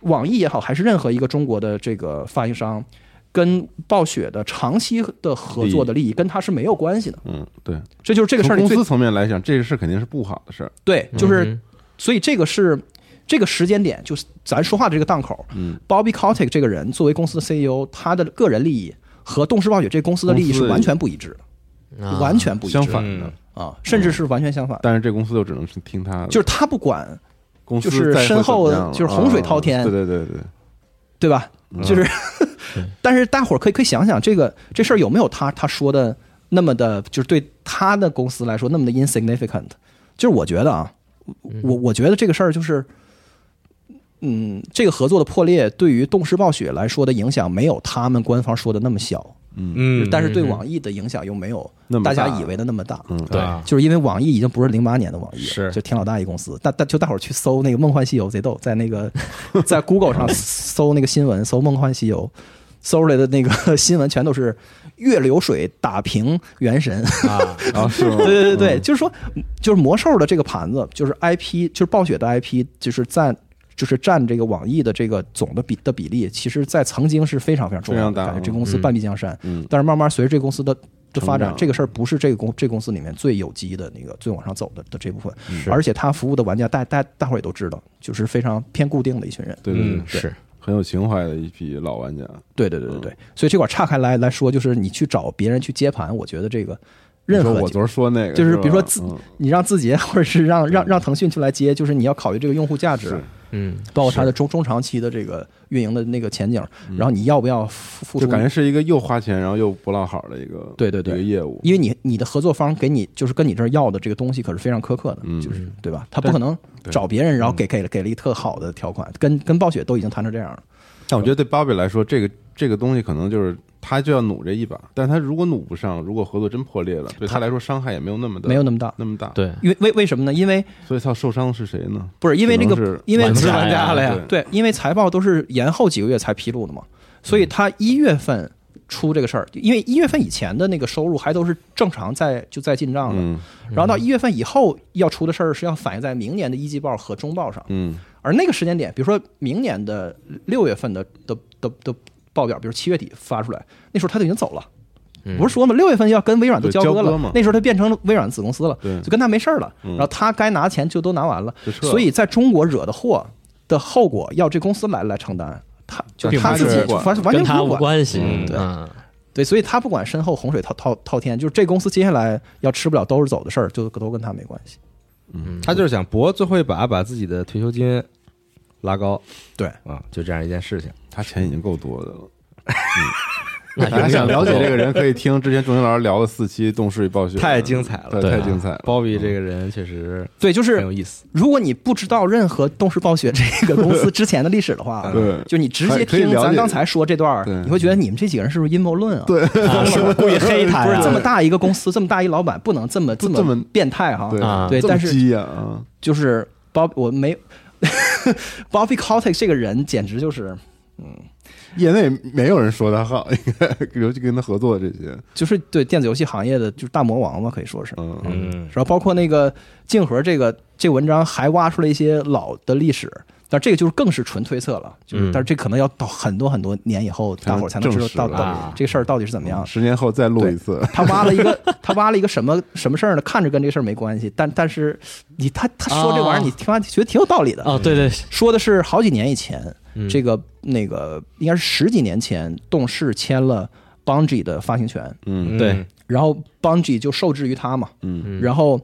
[SPEAKER 4] 网易也好，还是任何一个中国的这个发行商，跟暴雪的长期的合作的利益跟他是没有关系的。
[SPEAKER 3] 嗯，对，
[SPEAKER 4] 这就是这
[SPEAKER 3] 这
[SPEAKER 4] 个事儿，你
[SPEAKER 3] 公
[SPEAKER 4] 最
[SPEAKER 3] 司层面来讲，这个事儿肯定是不好的事儿，
[SPEAKER 4] 对，就是、
[SPEAKER 5] 嗯
[SPEAKER 4] 所以这个是这个时间点，就是咱说话的这个档口。嗯，Bobby Kotick 这个人作为公司的 CEO，他的个人利益和动视暴雪这公司的利益
[SPEAKER 3] 公司
[SPEAKER 4] 是完全不一致的，
[SPEAKER 5] 啊
[SPEAKER 4] 完全不一致的，
[SPEAKER 3] 相反
[SPEAKER 2] 嗯
[SPEAKER 3] 的。
[SPEAKER 4] 啊，甚至是完全相反的。
[SPEAKER 3] 但是这公司就只能是听他的，
[SPEAKER 4] 就是他不管，
[SPEAKER 3] 公司
[SPEAKER 4] 就是
[SPEAKER 3] 再会
[SPEAKER 4] 身后
[SPEAKER 3] 怎么样了
[SPEAKER 4] 就是洪水滔天
[SPEAKER 3] 啊对对对对，
[SPEAKER 4] 对吧？
[SPEAKER 3] 嗯
[SPEAKER 4] 就是， [LAUGHS] 但是大伙儿可以可以想想，这个这事儿有没有他他说的那么的，就是对他的公司来说那么的 insignificant？就是我觉得啊，
[SPEAKER 3] 嗯
[SPEAKER 4] 我我觉得这个事儿就是，嗯，这个合作的破裂对于动视暴雪来说的影响没有他们官方说的那么小，
[SPEAKER 2] 嗯，
[SPEAKER 4] 但是对网易的影响又没有
[SPEAKER 3] 那么
[SPEAKER 4] 大
[SPEAKER 3] 大
[SPEAKER 4] 家以为的那么大。
[SPEAKER 3] 嗯，
[SPEAKER 2] 对
[SPEAKER 4] 就是因为网易已经不是零八年的网易了，
[SPEAKER 2] 啊是
[SPEAKER 4] 就天老大一公司。大大就大伙儿去搜那个《梦幻西游》贼逗，在那个在 Google 上搜那个新闻，搜《梦幻西游》，搜出来的那个 [LAUGHS] 新闻全都是月流水打平原神。
[SPEAKER 2] 啊，
[SPEAKER 3] 啊是吗？
[SPEAKER 4] [LAUGHS] 对对对对，就是说，就是魔兽的这个盘子，就是 IP，就是暴雪的 IP，就是占。就是占这个网易的这个总的比的比例，其实，在曾经是非常非常重要
[SPEAKER 3] 非
[SPEAKER 4] 的，
[SPEAKER 3] 常大
[SPEAKER 4] 感觉这
[SPEAKER 3] 嗯
[SPEAKER 4] 公司半壁江山。
[SPEAKER 3] 嗯
[SPEAKER 4] 但是慢慢随着这个公司的的发
[SPEAKER 3] 成
[SPEAKER 4] 展
[SPEAKER 3] 长，
[SPEAKER 4] 这个事儿不是这个公这公司里面最有机的那个最往上走的的这部分，而且他服务的玩家大大大伙儿也都知道，就是非常偏固定的一群人。
[SPEAKER 3] 对对对
[SPEAKER 2] 嗯，是
[SPEAKER 3] 很有情怀的一批老玩家。
[SPEAKER 4] 对对对对对，
[SPEAKER 3] 嗯
[SPEAKER 4] 所以这块儿岔开来来说，就是你去找别人去接盘，我觉得这个任
[SPEAKER 3] 你
[SPEAKER 4] 何
[SPEAKER 3] 说我昨儿说那个，
[SPEAKER 4] 就是是比如说
[SPEAKER 3] 吧
[SPEAKER 4] 自
[SPEAKER 3] 嗯
[SPEAKER 4] 你让字节或者是让让让腾讯去来接，就是你要考虑这个用户价值
[SPEAKER 3] 是，
[SPEAKER 5] 嗯，
[SPEAKER 4] 包括它的中中长期的这个运营的那个前景，然后你要不要付付
[SPEAKER 3] 嗯就
[SPEAKER 4] 出？
[SPEAKER 3] 感觉是一个又花钱然后又不落好的一个
[SPEAKER 4] 对对对
[SPEAKER 3] 一个业务。
[SPEAKER 4] 因为你你的合作方给你就是跟你这儿要的这个东西可是非常苛刻的，
[SPEAKER 3] 嗯
[SPEAKER 4] 就是对吧？他不可能找别人，然后给给了给了一特好的条款，跟跟暴雪都已经谈成这样了。
[SPEAKER 3] 但我觉得对芭比来说，这个这个东西可能就是他就要努这一把，但他如果努不上，如果合作真破裂了，对他来说伤害也没有那么大，
[SPEAKER 4] 没有那么大
[SPEAKER 3] 那么大。，
[SPEAKER 5] 对，
[SPEAKER 4] 因为为为什么呢？因为
[SPEAKER 3] 所以他受伤的是谁呢？
[SPEAKER 4] 不是因为那
[SPEAKER 3] 只能
[SPEAKER 4] 个
[SPEAKER 3] 是，
[SPEAKER 4] 因为
[SPEAKER 5] 玩家呀
[SPEAKER 3] 对
[SPEAKER 4] 对，因为财报都是延后几个月才披露的嘛，所
[SPEAKER 3] 嗯
[SPEAKER 4] 以他一月份出这个事儿，因为一月份以前的那个收入还都是正常在就在进账的，
[SPEAKER 3] 嗯
[SPEAKER 4] 然后到一月份以后要出的事儿是要反映在明年的一季报和中报上，
[SPEAKER 3] 嗯
[SPEAKER 4] 而那个时间点，比如说明年的六月份的的的的报表，比如七月底发出来，那时候他都已经走了。不是说嘛，六月份要跟微软都
[SPEAKER 3] 嗯对
[SPEAKER 4] 交
[SPEAKER 3] 交
[SPEAKER 4] 割
[SPEAKER 3] 割
[SPEAKER 4] 了
[SPEAKER 3] 嘛，
[SPEAKER 4] 那时候他变成了微软子公司了
[SPEAKER 3] 对，
[SPEAKER 4] 就跟他没事儿了。
[SPEAKER 3] 嗯
[SPEAKER 4] 然后他该拿的钱就都拿完了，
[SPEAKER 3] 就撤了
[SPEAKER 4] 所以在中国惹的祸的后果要这公司来来承担，他就
[SPEAKER 3] 并
[SPEAKER 4] 他
[SPEAKER 3] 不
[SPEAKER 4] 自己
[SPEAKER 3] 是管
[SPEAKER 4] 完完全
[SPEAKER 5] 跟他
[SPEAKER 4] 不
[SPEAKER 5] 无
[SPEAKER 4] 管。
[SPEAKER 5] 关系，
[SPEAKER 3] 嗯
[SPEAKER 4] 对
[SPEAKER 5] 嗯
[SPEAKER 4] 对，所以他不管身后洪水滔滔滔天，就是这公司接下来要吃不了兜着走的事儿，就都跟他没关系。
[SPEAKER 2] 他就是想搏最后一把，把自己的退休金拉高
[SPEAKER 4] 对，
[SPEAKER 2] 啊，就这样一件事情。
[SPEAKER 3] 他钱已经够多的了。
[SPEAKER 5] 嗯那
[SPEAKER 3] 大家
[SPEAKER 5] 永远
[SPEAKER 3] 想了解
[SPEAKER 5] 都
[SPEAKER 3] 这个人，可以听之前仲英老师聊了四期《动视与暴雪》，
[SPEAKER 2] [LAUGHS] 太精彩了
[SPEAKER 3] 对
[SPEAKER 5] 对啊
[SPEAKER 3] 太精彩了。，
[SPEAKER 2] 鲍比这个人确实
[SPEAKER 4] 对，就是
[SPEAKER 2] 很有意思，
[SPEAKER 4] 如果你不知道任何动视暴雪这个公司 [LAUGHS] 之前的历史的话
[SPEAKER 3] 对
[SPEAKER 4] 就你直接
[SPEAKER 3] 可以可以
[SPEAKER 4] 听
[SPEAKER 3] 了解
[SPEAKER 4] 咱刚才说这段儿
[SPEAKER 3] 对，
[SPEAKER 4] 你会觉得你们这几个人是不是阴谋论啊？对，
[SPEAKER 5] 啊是不是故意黑
[SPEAKER 3] [LAUGHS]
[SPEAKER 5] 他
[SPEAKER 4] 不是
[SPEAKER 5] 呀？
[SPEAKER 4] 这么大一个公司，这么大一老板，不能这么
[SPEAKER 3] 不
[SPEAKER 4] 这
[SPEAKER 3] 这
[SPEAKER 4] 么
[SPEAKER 3] 么
[SPEAKER 4] 变态哈。
[SPEAKER 5] 啊
[SPEAKER 4] 对
[SPEAKER 3] 这么
[SPEAKER 4] 但是
[SPEAKER 3] 鸡呀啊，
[SPEAKER 4] 就是包我没 [LAUGHS] ，Bobby Kotick 这个人简直就是
[SPEAKER 3] 业内没有人说他好，应该 [LAUGHS] 尤其跟他合作这些，
[SPEAKER 4] 就是对电子游戏行业的就是大魔王嘛，可以说是。
[SPEAKER 3] 嗯嗯
[SPEAKER 2] 嗯，
[SPEAKER 4] 然后包括那个静和这个这文章还挖出了一些老的历史，但这个就是更是纯推测了，就是
[SPEAKER 5] 嗯
[SPEAKER 4] 但是这可能要到很多很多年以后，
[SPEAKER 3] 才能
[SPEAKER 4] 大伙儿才能知道
[SPEAKER 3] 证实
[SPEAKER 4] 到
[SPEAKER 3] 了
[SPEAKER 4] 到
[SPEAKER 5] 啊
[SPEAKER 4] 这个事儿到底是怎么样。
[SPEAKER 3] 十年后再录一次，
[SPEAKER 4] 他挖了一
[SPEAKER 3] [LAUGHS]
[SPEAKER 4] 个，他挖了一个什么什么事儿呢？看着跟这事儿没关系，但但是你他他说这玩意儿，
[SPEAKER 5] 啊
[SPEAKER 4] 你听完觉得挺有道理
[SPEAKER 3] 啊
[SPEAKER 4] 的。
[SPEAKER 5] 哦，对对，
[SPEAKER 4] 说的是好几年以前，
[SPEAKER 5] 嗯
[SPEAKER 4] 这个那个应该是十几年前，动视签了 Bungie 的发行权，
[SPEAKER 3] 嗯
[SPEAKER 5] 对
[SPEAKER 4] 然后 Bungie 就受制于他嘛。
[SPEAKER 3] 嗯
[SPEAKER 5] 嗯
[SPEAKER 4] 然后，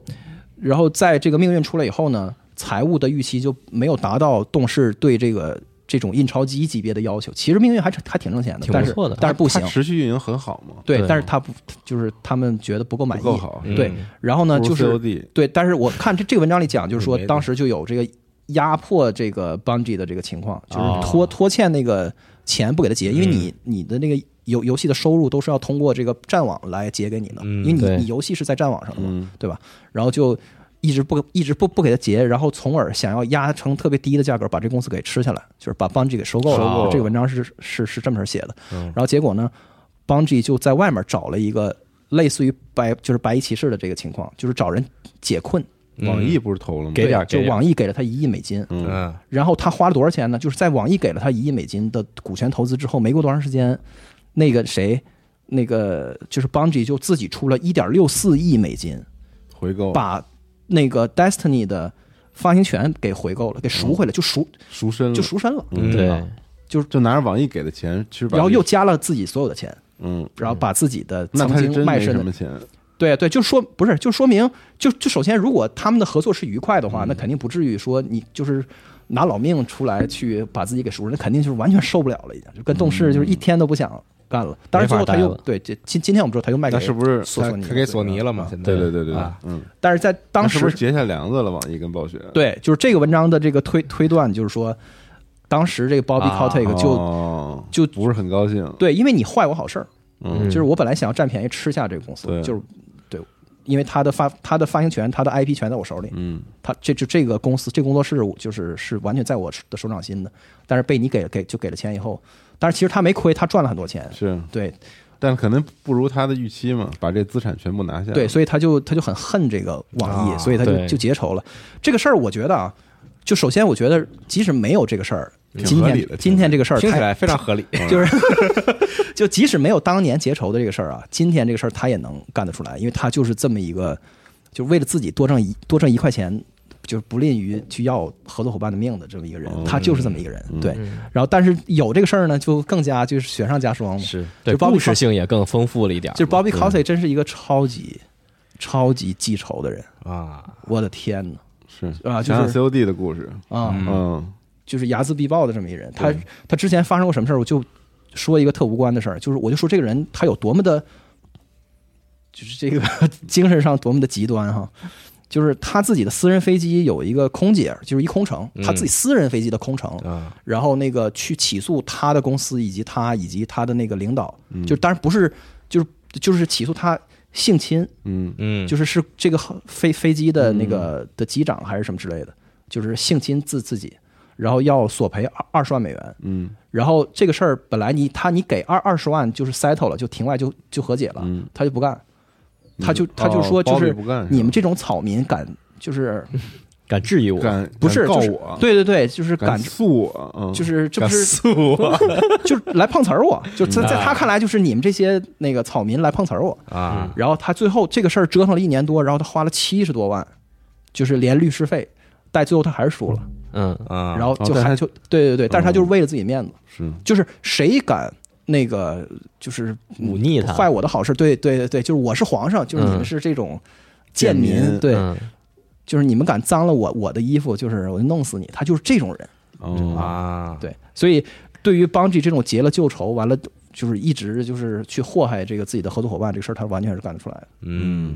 [SPEAKER 4] 然后在这个命运出来以后呢，财务的预期就没有达到动视对这个这种印钞机级别的要求。其实命运还还挺挣钱的，
[SPEAKER 5] 挺不
[SPEAKER 4] 但是
[SPEAKER 5] 错的
[SPEAKER 4] 但是不行
[SPEAKER 3] 他。持续运营很好嘛，
[SPEAKER 4] 对，
[SPEAKER 5] 对
[SPEAKER 4] 但是他不就是他们觉得不够满
[SPEAKER 3] 不
[SPEAKER 4] 意，
[SPEAKER 3] 够好，
[SPEAKER 2] 嗯
[SPEAKER 4] 对，然后呢，
[SPEAKER 3] 不
[SPEAKER 4] 就
[SPEAKER 3] 如
[SPEAKER 4] 是
[SPEAKER 3] COD
[SPEAKER 4] 对，但是我看这这个文章里讲，就是说
[SPEAKER 2] 没的
[SPEAKER 4] 当时就有这个压迫这个 Bungie 的这个情况，就是
[SPEAKER 5] 哦
[SPEAKER 4] 拖拖欠那个钱不给他结，因为
[SPEAKER 2] 嗯
[SPEAKER 4] 你你的那个游游戏的收入都是要通过这个战网来结给你的，
[SPEAKER 2] 嗯
[SPEAKER 4] 因为
[SPEAKER 5] 对
[SPEAKER 4] 你你游戏是在战网上的嘛
[SPEAKER 3] 嗯，
[SPEAKER 4] 对吧？然后就。一直不一直不不给他结，然后从而想要压成特别低的价格把这公司给吃下来，就是把 Bungie 给收购了。啊
[SPEAKER 5] 收购了嗯
[SPEAKER 4] 这个文章是是是这么写的。然后结果呢，Bungie 就在外面找了一个类似于白就是白衣骑士的这个情况，就是找人解困，
[SPEAKER 3] 网易不是投了吗？
[SPEAKER 5] 给点儿
[SPEAKER 4] 就
[SPEAKER 5] 给点儿
[SPEAKER 4] 网易给了他一亿美金，
[SPEAKER 3] 嗯
[SPEAKER 2] 嗯，
[SPEAKER 4] 然后他花了多少钱呢？就是在网易给了他一亿美金的股权投资之后，没过多长时间，那个谁，那个就是 Bungie 就自己出了一点六四亿美金，
[SPEAKER 3] 回购
[SPEAKER 4] 把那个 Destiny 的发行权给回购了，给赎回来，就赎
[SPEAKER 3] 赎身了
[SPEAKER 4] 就赎身了，
[SPEAKER 3] 嗯
[SPEAKER 5] 对，
[SPEAKER 3] 就拿着网易给的钱，其实把
[SPEAKER 4] 然后又加了自己所有的钱，
[SPEAKER 3] 嗯，
[SPEAKER 4] 然后把自己的
[SPEAKER 3] 那
[SPEAKER 4] 曾
[SPEAKER 3] 他是
[SPEAKER 4] 经
[SPEAKER 3] 真
[SPEAKER 4] 卖
[SPEAKER 3] 没
[SPEAKER 4] 身
[SPEAKER 3] 什
[SPEAKER 4] 的
[SPEAKER 3] 么钱，
[SPEAKER 4] 对对，就说不是，就说明就就首先，如果他们的合作是愉快的
[SPEAKER 3] 嗯
[SPEAKER 4] 话，那肯定不至于说你就是拿老命出来去把自己给赎了，那肯定就是完全受不了了，已经就跟动视
[SPEAKER 3] 嗯
[SPEAKER 4] 就是一天都不想干了。当然最后他
[SPEAKER 5] 没法
[SPEAKER 4] 又
[SPEAKER 5] 待了
[SPEAKER 4] 对这今今天我们知道他又卖给
[SPEAKER 3] 那是不是
[SPEAKER 4] 索尼了？
[SPEAKER 2] 他给索尼了嘛？现在
[SPEAKER 3] 对对对对对
[SPEAKER 2] 啊，
[SPEAKER 3] 嗯，
[SPEAKER 4] 但是在当
[SPEAKER 3] 那
[SPEAKER 4] 时
[SPEAKER 3] 是不是结下梁子了？网易跟暴雪
[SPEAKER 4] 对，就是这个文章的这个推推断就是说，当时这个 Bobby
[SPEAKER 5] 啊
[SPEAKER 4] Kotick 就、
[SPEAKER 3] 哦
[SPEAKER 4] 就
[SPEAKER 3] 不是很高兴，
[SPEAKER 4] 对，因为你坏我好事儿，
[SPEAKER 3] 嗯
[SPEAKER 4] 就是我本来想要占便宜吃下这个公司，
[SPEAKER 3] 对
[SPEAKER 4] 就是对，因为他的发他的发行权、他的 IP 权在我手里，
[SPEAKER 3] 嗯，
[SPEAKER 4] 他这就这个公司这工作室我就是是完全在我的手掌心的，但是被你给给就给了钱以后，但是其实他没亏，他赚了很多钱，
[SPEAKER 3] 是，
[SPEAKER 4] 对
[SPEAKER 3] 但可能不如他的预期嘛，把这资产全部拿下，
[SPEAKER 4] 对，，所以他就他就很恨这个网易，
[SPEAKER 2] 啊
[SPEAKER 4] 所以他就
[SPEAKER 5] 对
[SPEAKER 4] 就结仇了。这个事儿我觉得啊，就首先我觉得即使没有这个事儿，今
[SPEAKER 3] 合理
[SPEAKER 4] 天
[SPEAKER 3] 的
[SPEAKER 4] 今天这个
[SPEAKER 3] 嗯
[SPEAKER 4] 事儿
[SPEAKER 2] 听起
[SPEAKER 4] 太
[SPEAKER 2] 来非常合理。
[SPEAKER 4] 就是就即使没有当年结仇的这个事儿啊，今天这个事儿他也能干得出来，因为他就是这么一个，就为了自己多挣一多挣一块钱，就是不吝于去要合作伙伴的命的这么一个人
[SPEAKER 3] 哦，
[SPEAKER 4] 他就是这么一个人，
[SPEAKER 3] 嗯
[SPEAKER 4] 对。然后，但是有这个事儿呢，就更加就是雪上加霜
[SPEAKER 2] [LAUGHS]
[SPEAKER 4] 嘛。
[SPEAKER 2] 是啊
[SPEAKER 5] 对，
[SPEAKER 4] 就 Bobby
[SPEAKER 5] 故事性也更丰富了一点儿。
[SPEAKER 4] 就是 Bobby Cosby 真是一个超级超级记仇的人，
[SPEAKER 2] 啊，
[SPEAKER 4] 我的天呐！
[SPEAKER 3] 是
[SPEAKER 4] 啊就是
[SPEAKER 3] 想想 COD 的故事，
[SPEAKER 4] 啊，
[SPEAKER 3] 嗯
[SPEAKER 4] 就是睚眦必报的这么一人。他他之前发生过什么事儿，我就说一个特无关的事儿，就是我就说这个人他有多么的，就是这个 [LAUGHS] 精神上多么的极端哈。就是他自己的私人飞机有一个空姐，就是一空乘，他
[SPEAKER 3] 嗯
[SPEAKER 4] 自己私人飞机的空乘，
[SPEAKER 2] 啊
[SPEAKER 4] 然后那个去起诉他的公司以及他以及他的那个领导，
[SPEAKER 3] 嗯
[SPEAKER 4] 就当然不是，就是就是起诉他性侵，
[SPEAKER 3] 嗯
[SPEAKER 2] 嗯，
[SPEAKER 4] 就是是这个飞飞机的那个的机长还是什么之类的，就是性侵自自己，然后要索赔二二十万美元。
[SPEAKER 3] 嗯
[SPEAKER 4] 然后这个事儿本来你他你给二二十万就是 settle 了，就庭外就就和解了，
[SPEAKER 3] 嗯，
[SPEAKER 4] 他就不干，他就
[SPEAKER 3] 嗯
[SPEAKER 4] 他就说
[SPEAKER 3] 哦
[SPEAKER 4] 就
[SPEAKER 3] Bobby
[SPEAKER 4] 是
[SPEAKER 3] 不干是吧
[SPEAKER 4] 你们这种草民敢就是
[SPEAKER 5] 敢质疑我，
[SPEAKER 3] 敢
[SPEAKER 4] 不是
[SPEAKER 3] 敢告
[SPEAKER 4] 就是
[SPEAKER 3] 我，
[SPEAKER 4] 对对对，就是
[SPEAKER 3] 敢
[SPEAKER 4] 敢
[SPEAKER 3] 诉我，嗯，
[SPEAKER 4] 就是这不
[SPEAKER 2] 敢
[SPEAKER 4] 是
[SPEAKER 2] 诉我
[SPEAKER 4] [LAUGHS] 就是来碰瓷儿我，就在在
[SPEAKER 3] 啊
[SPEAKER 4] 他看来就是你们这些那个草民来碰瓷儿我，
[SPEAKER 2] 啊，
[SPEAKER 4] 然后他最后这个事儿折腾了一年多，然后他花了七十多万，就是连律师费，但最后他还是输了，
[SPEAKER 5] 嗯，
[SPEAKER 2] 啊，
[SPEAKER 4] 然后就
[SPEAKER 3] 哦但
[SPEAKER 4] 还
[SPEAKER 3] 他
[SPEAKER 4] 就对对对，但是他就是为了自己面子，
[SPEAKER 3] 是
[SPEAKER 4] 就是谁敢那个就是
[SPEAKER 5] 忤逆他，
[SPEAKER 4] 坏我的好事，对对对对，就是我是皇上，就是你
[SPEAKER 5] 嗯
[SPEAKER 4] 们是这种贱民，
[SPEAKER 3] 贱民
[SPEAKER 4] 对，
[SPEAKER 5] 嗯
[SPEAKER 4] 就是你们敢脏了我我的衣服，就是我就弄死你，他就是这种人，
[SPEAKER 3] 哦，
[SPEAKER 2] 啊，
[SPEAKER 4] 对，所以对于邦 G 这种结了旧仇，完了就是一直就是去祸害这个自己的合作伙伴这个事儿，他完全是干得出来的。
[SPEAKER 2] 嗯，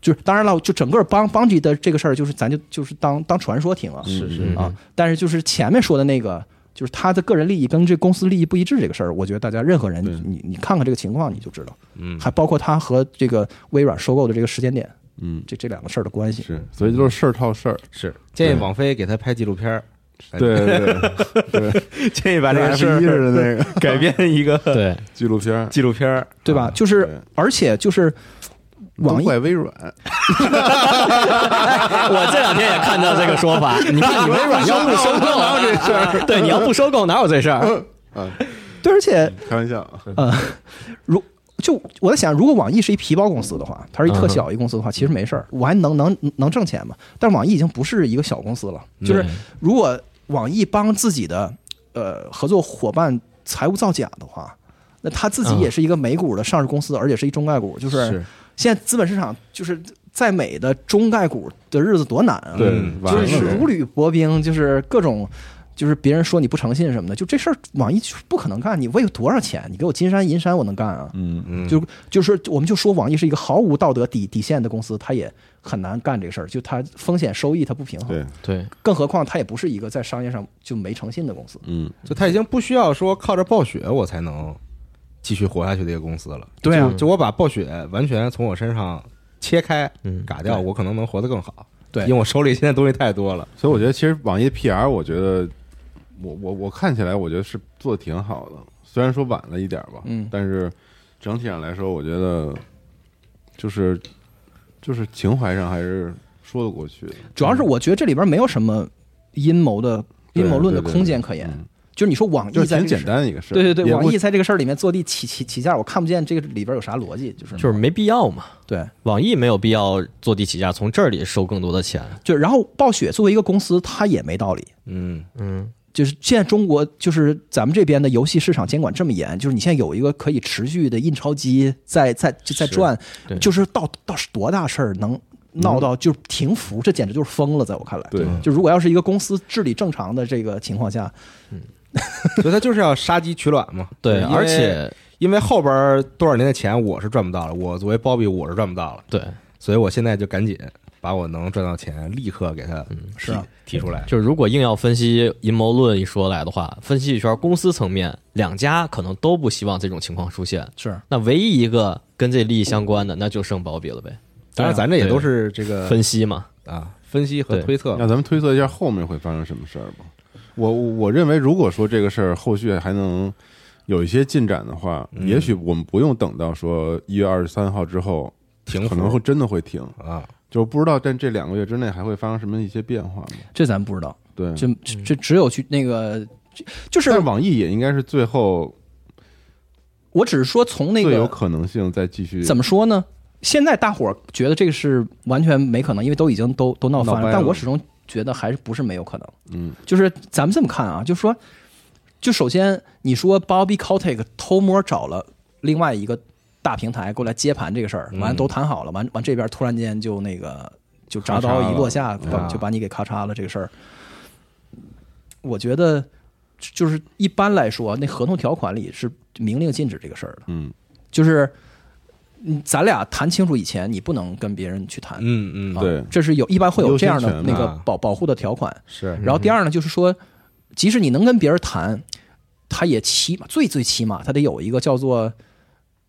[SPEAKER 4] 就是当然了，就整个邦邦吉的这个事儿，就是咱就就是当当传说听啊
[SPEAKER 2] 是是
[SPEAKER 5] 嗯
[SPEAKER 4] 啊。但是就是前面说的那个，就是他的个人利益跟这公司利益不一致这个事儿，我觉得大家任何人
[SPEAKER 3] 对，
[SPEAKER 4] 你你看看这个情况你就知道，
[SPEAKER 2] 嗯
[SPEAKER 4] 还包括他和这个微软收购的这个时间点，
[SPEAKER 3] 嗯
[SPEAKER 4] 这这两个事儿的关系。
[SPEAKER 3] 是，所以就是事儿套事儿，
[SPEAKER 2] 是建议
[SPEAKER 3] 对
[SPEAKER 2] 网飞给他拍纪录片儿，
[SPEAKER 3] 对对对，对
[SPEAKER 2] [LAUGHS] 建议哎把这
[SPEAKER 3] 跟
[SPEAKER 2] 个
[SPEAKER 3] F
[SPEAKER 2] 事儿
[SPEAKER 3] 一似的那个
[SPEAKER 2] 改编一个
[SPEAKER 5] 对，
[SPEAKER 3] 纪录片
[SPEAKER 2] [LAUGHS]
[SPEAKER 3] 儿，
[SPEAKER 2] 纪录片儿，
[SPEAKER 4] 对吧？就是
[SPEAKER 3] 对，
[SPEAKER 4] 而且就是，网
[SPEAKER 3] 都
[SPEAKER 4] 易
[SPEAKER 3] 怪微软，
[SPEAKER 5] 我这两天也看到这个说 [LAUGHS] 法，你看你微软要不收购，哪有这事儿？对，你要不收购，哪有这事儿？
[SPEAKER 4] 对，而且
[SPEAKER 3] 开玩笑啊，
[SPEAKER 4] 如就我在想，如果网易是一皮包公司的话，它是一特
[SPEAKER 5] 嗯
[SPEAKER 4] 小一公司的话，其实没事儿，我还能能能挣钱嘛。但是网易已经不是一个小公司了，就是
[SPEAKER 5] 嗯
[SPEAKER 4] 如果网易帮自己的呃合作伙伴财务造假的话，那他自己
[SPEAKER 5] 嗯
[SPEAKER 4] 也是一个美股的上市公司，而且是一中概股，就是现在资本市场就是在美的中概股的日子多难啊，
[SPEAKER 3] 对
[SPEAKER 2] 嗯，
[SPEAKER 3] 完
[SPEAKER 4] 就
[SPEAKER 3] 了
[SPEAKER 4] 是
[SPEAKER 3] 呗
[SPEAKER 4] 如履薄冰，就是各种。就是别人说你不诚信什么的，就这事儿网易就是不可能干。你为多少钱？你给我金山银山，我能干啊？
[SPEAKER 3] 嗯
[SPEAKER 2] 嗯，
[SPEAKER 4] 就就是我们就说网易是一个毫无道德底底线的公司，它也很难干这个事儿，就它风险收益它不平衡，
[SPEAKER 3] 对，
[SPEAKER 5] 对，
[SPEAKER 4] 更何况它也不是一个在商业上就没诚信的公司。
[SPEAKER 3] 嗯
[SPEAKER 2] 就他已经不需要说靠着暴雪我才能继续活下去的一个公司了。
[SPEAKER 4] 对啊
[SPEAKER 3] 嗯
[SPEAKER 2] 就就我把暴雪完全从我身上切开、
[SPEAKER 5] 嗯
[SPEAKER 2] 嘎掉，我可能能活得更好。
[SPEAKER 4] 对
[SPEAKER 2] 因为我手里现在东西太多了。
[SPEAKER 3] 所以我觉得其实网易 PR，我觉得我我我看起来我觉得是做的挺好的，虽然说晚了一点儿吧，
[SPEAKER 4] 嗯
[SPEAKER 3] 但是整体上来说，我觉得就是就是情怀上还是说得过去的，
[SPEAKER 4] 主要是我觉得这里边没有什么阴谋的
[SPEAKER 3] 嗯对
[SPEAKER 4] 阴谋论的
[SPEAKER 3] 对对
[SPEAKER 4] 空间可言，
[SPEAKER 3] 嗯
[SPEAKER 4] 就是你说网
[SPEAKER 3] 就
[SPEAKER 4] 易
[SPEAKER 3] 是
[SPEAKER 4] 在
[SPEAKER 3] 挺
[SPEAKER 4] 这个
[SPEAKER 3] 简
[SPEAKER 4] 事。
[SPEAKER 3] 单的一个事儿，
[SPEAKER 4] 对对对，
[SPEAKER 3] 也
[SPEAKER 4] 网
[SPEAKER 3] 不
[SPEAKER 4] 易在这个事儿里面坐地起起起价，我看不见这个里边有啥逻辑，就是
[SPEAKER 5] 就是没必要嘛。
[SPEAKER 4] 对，
[SPEAKER 5] 网易没有必要坐地起价，从这里收更多的钱。
[SPEAKER 4] 就然后暴雪作为一个公司，它也没道理，
[SPEAKER 2] 嗯
[SPEAKER 5] 嗯，
[SPEAKER 4] 就是现在中国就是咱们这边的游戏市场监管这么严，就是你现在有一个可以持续的印钞机在在就在转
[SPEAKER 5] 对，
[SPEAKER 4] 就是到到是多大事儿能闹到就是停服，这简直就是疯了，在我看来。
[SPEAKER 3] 对，嗯
[SPEAKER 4] 就如果要是一个公司治理正常的这个情况下，
[SPEAKER 2] 所以他就是要杀鸡取卵嘛。
[SPEAKER 5] 对，
[SPEAKER 2] 因为
[SPEAKER 5] 而且
[SPEAKER 2] 因为后边多少年的钱我是赚不到了，我作为鲍比我是赚不到了，
[SPEAKER 5] 对，
[SPEAKER 2] 所以我现在就赶紧把我能赚到钱立刻给他提
[SPEAKER 4] 是啊
[SPEAKER 2] 提出来。
[SPEAKER 5] 就是如果硬要分析阴谋论一说来的话，分析一圈公司层面，两家可能都不希望这种情况出现。
[SPEAKER 4] 是
[SPEAKER 5] 那唯一一个跟这利益相关的，那就剩保比了呗。
[SPEAKER 2] 当然，咱这也
[SPEAKER 5] 对
[SPEAKER 2] 都是这个
[SPEAKER 5] 分析嘛，
[SPEAKER 2] 啊分析和
[SPEAKER 5] 对
[SPEAKER 2] 推
[SPEAKER 4] 嗯
[SPEAKER 2] 测
[SPEAKER 3] 那
[SPEAKER 2] 嘛。
[SPEAKER 3] 咱们推测一下后面会发生什么事儿吧。我我我认为，如果说这个事儿后续还能有一些进展的话，
[SPEAKER 4] 嗯
[SPEAKER 3] 也许我们不用等到说一月二十三号之后，
[SPEAKER 2] 停
[SPEAKER 3] 可能会真的会停，
[SPEAKER 2] 啊，
[SPEAKER 3] 就不知道在这两个月之内还会发生什么一些变化嘛？
[SPEAKER 4] 这咱不知道，
[SPEAKER 3] 对，
[SPEAKER 4] 就这只有去那个，就
[SPEAKER 3] 嗯但
[SPEAKER 4] 是
[SPEAKER 3] 是网易也应该是最后
[SPEAKER 4] 我只是说从那
[SPEAKER 3] 最有
[SPEAKER 4] 个
[SPEAKER 3] 可能性再继续
[SPEAKER 4] 怎
[SPEAKER 3] 么
[SPEAKER 4] 么说呢？现在大伙儿觉得这个是完全没可能，因为都已经都都闹翻
[SPEAKER 3] 闹掰
[SPEAKER 4] 了。
[SPEAKER 3] 了
[SPEAKER 4] 但我始终觉得还是不是没有可能。
[SPEAKER 3] 嗯，
[SPEAKER 4] 就是咱们这么看啊，就是说，就首先你说 Bobby Kotick 偷摸找了另外一个大平台过来接盘这个事儿，完了都谈好了，完完这边突然间就那个就铡
[SPEAKER 3] 嗯咔嚓
[SPEAKER 4] 刀
[SPEAKER 3] 了
[SPEAKER 4] 一落下，把
[SPEAKER 2] 啊
[SPEAKER 4] 就把你给咔嚓了这个事儿，我觉得就是一般来说，那合同条款里是明令禁止这个事儿的。
[SPEAKER 3] 嗯，
[SPEAKER 4] 就是嗯咱俩谈清楚以前，你不能跟别人去谈。
[SPEAKER 2] 嗯嗯，
[SPEAKER 4] 啊
[SPEAKER 2] 对，
[SPEAKER 3] 对
[SPEAKER 4] 这是有一般会有这样
[SPEAKER 3] 优先
[SPEAKER 4] 的
[SPEAKER 3] 权
[SPEAKER 4] 那个
[SPEAKER 2] 嘛
[SPEAKER 4] 保保护的条款。
[SPEAKER 2] 是
[SPEAKER 4] 然后
[SPEAKER 3] 嗯
[SPEAKER 4] 第二呢，就是说，即使你能跟别人谈，他也起码最最起码他得有一个叫做，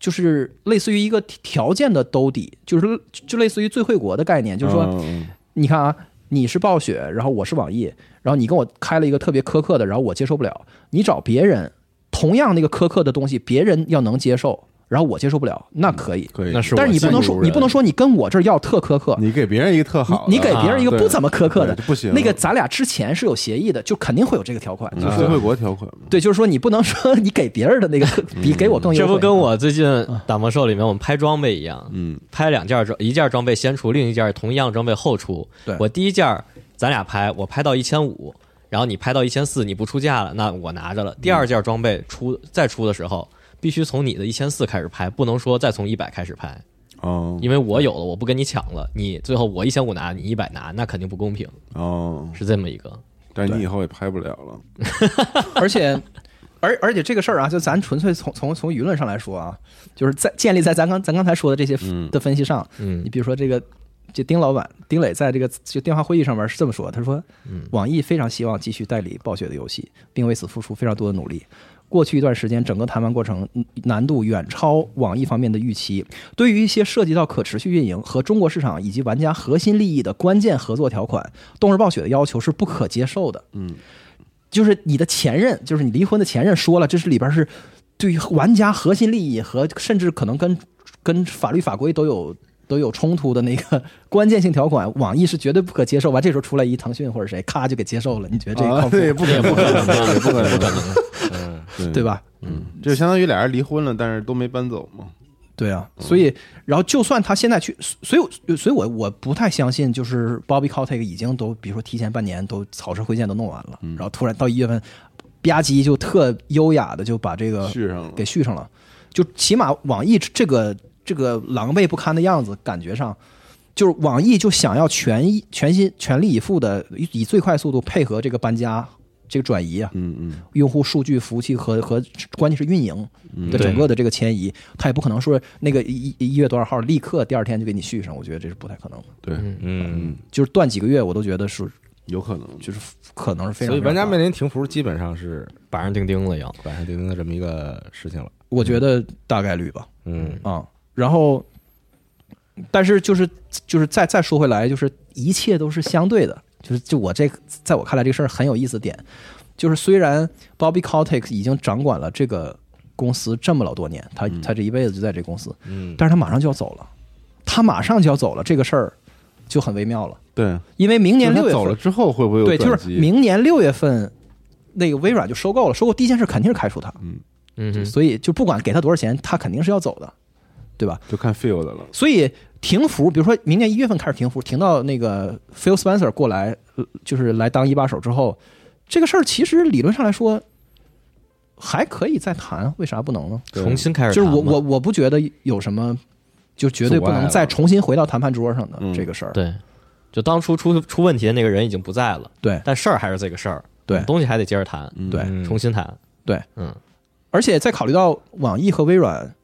[SPEAKER 4] 就是类似于一个条件的兜底，就是就类似于最惠国的概念，就是说，
[SPEAKER 3] 嗯
[SPEAKER 4] 你看啊，你是暴雪，然后我是网易，然后你跟我开了一个特别苛刻的，然后我接受不了。你找别人同样那个苛刻的东西，别人要能接受，然后我接受不了，那可以。
[SPEAKER 3] 可以，
[SPEAKER 5] 那是
[SPEAKER 4] 但是你不能
[SPEAKER 3] 嗯我
[SPEAKER 4] 说，
[SPEAKER 3] 见
[SPEAKER 4] 你不能说你跟我这儿要特苛刻，
[SPEAKER 3] 你给别人一个特好的，
[SPEAKER 4] 你你给别人一个
[SPEAKER 3] 啊
[SPEAKER 4] 不怎么苛刻的
[SPEAKER 3] 对，就不行
[SPEAKER 4] 那个咱俩之前是有协议的，就肯定会有这个条款。
[SPEAKER 3] 就社会国条款嘛，
[SPEAKER 4] 对，就是说你不能说你给别人的那个比给我更哦优
[SPEAKER 5] 这
[SPEAKER 4] 惠。嗯
[SPEAKER 5] 不跟我最近打魔兽里面我们拍装备一样，
[SPEAKER 3] 嗯，
[SPEAKER 5] 拍两件装，一件装备先出，另一件同一样装备后出。
[SPEAKER 4] 对
[SPEAKER 5] 我第一件咱俩拍，我拍到一千五，然后你拍到一千四，你不出价了，那我拿着
[SPEAKER 4] 嗯
[SPEAKER 5] 了。第二件装备出再出的时候，必须从你的一千四开始拍，不能说再从一百开始拍，
[SPEAKER 4] 嗯
[SPEAKER 3] 哦
[SPEAKER 5] 因为我有了，我不跟你抢了，你最后我一千五拿，你一百拿，那肯定不公平，
[SPEAKER 3] 哦，
[SPEAKER 5] 是这么一个。
[SPEAKER 3] 但是你以后也拍不了了，
[SPEAKER 4] [LAUGHS] 而且，而而且这个事儿啊，就咱纯粹从从从舆论上来说啊，就是在建立在咱刚咱刚才说的这些
[SPEAKER 3] 嗯
[SPEAKER 4] 的分析上，
[SPEAKER 5] 嗯
[SPEAKER 4] 你比如说这个，这丁老板丁磊在这个就电话会议上面是这么说，他说，网易非常希望继续代理暴雪的游戏，并为此付出非常多的努力。过去一段时间，整个谈判过程嗯难度远超网易方面的预期。对于一些涉及到可持续运营和中国市场以及玩家核心利益的关键合作条款，动视暴雪的要求是不可接受的。
[SPEAKER 3] 嗯，
[SPEAKER 4] 就是你的前任，就是你离婚的前任说了，这是里边是对于玩家核心利益和甚至可能跟跟法律法规都有都有冲突的那个关键性条款，网易是绝对不可接受。完这时候出来一腾讯或者谁，咔就给接受了，你觉得这个
[SPEAKER 3] 啊
[SPEAKER 4] 靠谱、
[SPEAKER 3] 对，不可能，对不可能，不可
[SPEAKER 2] 嗯
[SPEAKER 3] 能，
[SPEAKER 4] 对？吧？
[SPEAKER 3] 嗯，就相当于俩人离婚了，但是都没搬走嘛，
[SPEAKER 4] 对啊，
[SPEAKER 3] 嗯
[SPEAKER 4] 所以然后就算他现在去，所以我所以我我不太相信，就是 Bobby Kotick 已经都比如说提前半年都草蛇灰线都弄完
[SPEAKER 3] 嗯
[SPEAKER 4] 了，然后突然到一月份，吧唧就特优雅的就把这个
[SPEAKER 3] 续上了，
[SPEAKER 4] 给续上了。就起码网易这个这个狼狈不堪的样子，感觉上就是网易就想要全意全心全力以赴的，以以最快速度配合这个搬家、这个转移啊，
[SPEAKER 3] 嗯嗯
[SPEAKER 4] 用户数据、服务器和和关键是运营的整个的这个迁移，他也不可能说那个一一一月多少号立刻第二天就给你续上，我觉得这是不太可能的。
[SPEAKER 3] 对，
[SPEAKER 2] 嗯，
[SPEAKER 4] 就是断几个月，我都觉得是
[SPEAKER 3] 有可能，
[SPEAKER 4] 就是可能是非常
[SPEAKER 2] 所以玩家
[SPEAKER 4] 非常大
[SPEAKER 2] 面临停服基本上是
[SPEAKER 5] 板上钉钉了要，
[SPEAKER 2] 板上钉钉的这么一个事情了。
[SPEAKER 4] 我觉得大概率吧。
[SPEAKER 2] 嗯
[SPEAKER 4] 啊、然后，但是就是就是再再说回来，就是一切都是相对的，就是就我这个在我看来这个事儿很有意思点，就是虽然 Bobby Kotick 已经掌管了这个公司这么老多年，他
[SPEAKER 3] 嗯
[SPEAKER 4] 他这一辈子就在这公司，
[SPEAKER 2] 嗯，
[SPEAKER 4] 但是他马上就要走了，他马上就要走了，这个事儿就很微妙了，
[SPEAKER 3] 对，
[SPEAKER 4] 因为明年
[SPEAKER 3] 就
[SPEAKER 4] 六
[SPEAKER 3] 是他
[SPEAKER 4] 月
[SPEAKER 3] 走了
[SPEAKER 4] 份，
[SPEAKER 3] 之后会不会有
[SPEAKER 4] 对，就
[SPEAKER 3] 转
[SPEAKER 4] 是
[SPEAKER 3] 机？
[SPEAKER 4] 明年六月份。那个微软就收购了，收购第一件事肯定是开除他，
[SPEAKER 5] 嗯哼，
[SPEAKER 4] 所以就不管给他多少钱，他肯定是要走的，对吧？
[SPEAKER 3] 就看 feel 的了，
[SPEAKER 4] 所以停服，比如说明年一月份开始停服，停到那个 Phil Spencer 过来，呃就是来当一把手之后，这个事儿其实理论上来说还可以再谈，为啥不能呢？
[SPEAKER 5] 重新开始
[SPEAKER 4] 就是
[SPEAKER 5] 谈
[SPEAKER 4] 我
[SPEAKER 5] 嘛
[SPEAKER 4] 我我不觉得有什么，就绝对不能再重新回到谈判桌上的
[SPEAKER 3] 嗯
[SPEAKER 4] 这个事儿。
[SPEAKER 5] 对，就当初出出问题的那个人已经不在了，
[SPEAKER 4] 对
[SPEAKER 5] 但事儿还是这个事儿，
[SPEAKER 4] 对
[SPEAKER 5] 东西还得接着谈，
[SPEAKER 3] 嗯
[SPEAKER 4] 对
[SPEAKER 2] 嗯
[SPEAKER 5] 重新谈，
[SPEAKER 4] 对，
[SPEAKER 5] 嗯，
[SPEAKER 4] 而且再考虑到网易和微软，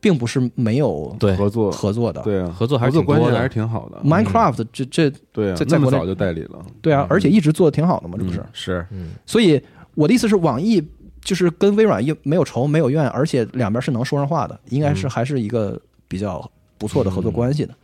[SPEAKER 4] 并不是没有
[SPEAKER 5] 对，
[SPEAKER 3] 合作，
[SPEAKER 4] 合作的。
[SPEAKER 3] 对啊，
[SPEAKER 5] 合作还
[SPEAKER 3] 合
[SPEAKER 5] 是
[SPEAKER 3] 作
[SPEAKER 5] 挺
[SPEAKER 3] 关
[SPEAKER 5] 多的
[SPEAKER 3] 系还是挺好的，
[SPEAKER 4] Minecraft 这这
[SPEAKER 3] 对啊
[SPEAKER 4] 在，
[SPEAKER 3] 那么
[SPEAKER 4] 在国内
[SPEAKER 3] 早就代理了，
[SPEAKER 4] 对啊，而且一直做的挺好的嘛，这不是？
[SPEAKER 2] 是
[SPEAKER 4] 所以我的意思是，网易就是跟微软又没有仇没有怨，而且两边是能说上话的，应该是还是一个比较不错的合作关系的。嗯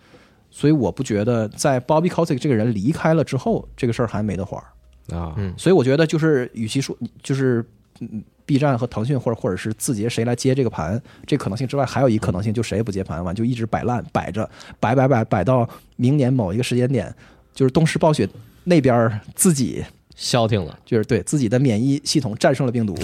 [SPEAKER 4] 所以我不觉得在 Bobby Kotick 这个人离开了之后，这个事儿还没得玩儿。
[SPEAKER 2] 啊，
[SPEAKER 5] 嗯
[SPEAKER 4] 所以我觉得就是，与其说就是嗯 B 站和腾讯或者或者是字节谁来接这个盘，这可能性之外，还有一可能性就谁也不接盘，完就一直摆烂摆着，摆摆摆摆到明年某一个时间点，就是东视暴雪那边儿自己
[SPEAKER 5] 消停了，
[SPEAKER 4] 就是对自己的免疫系统战胜了病毒，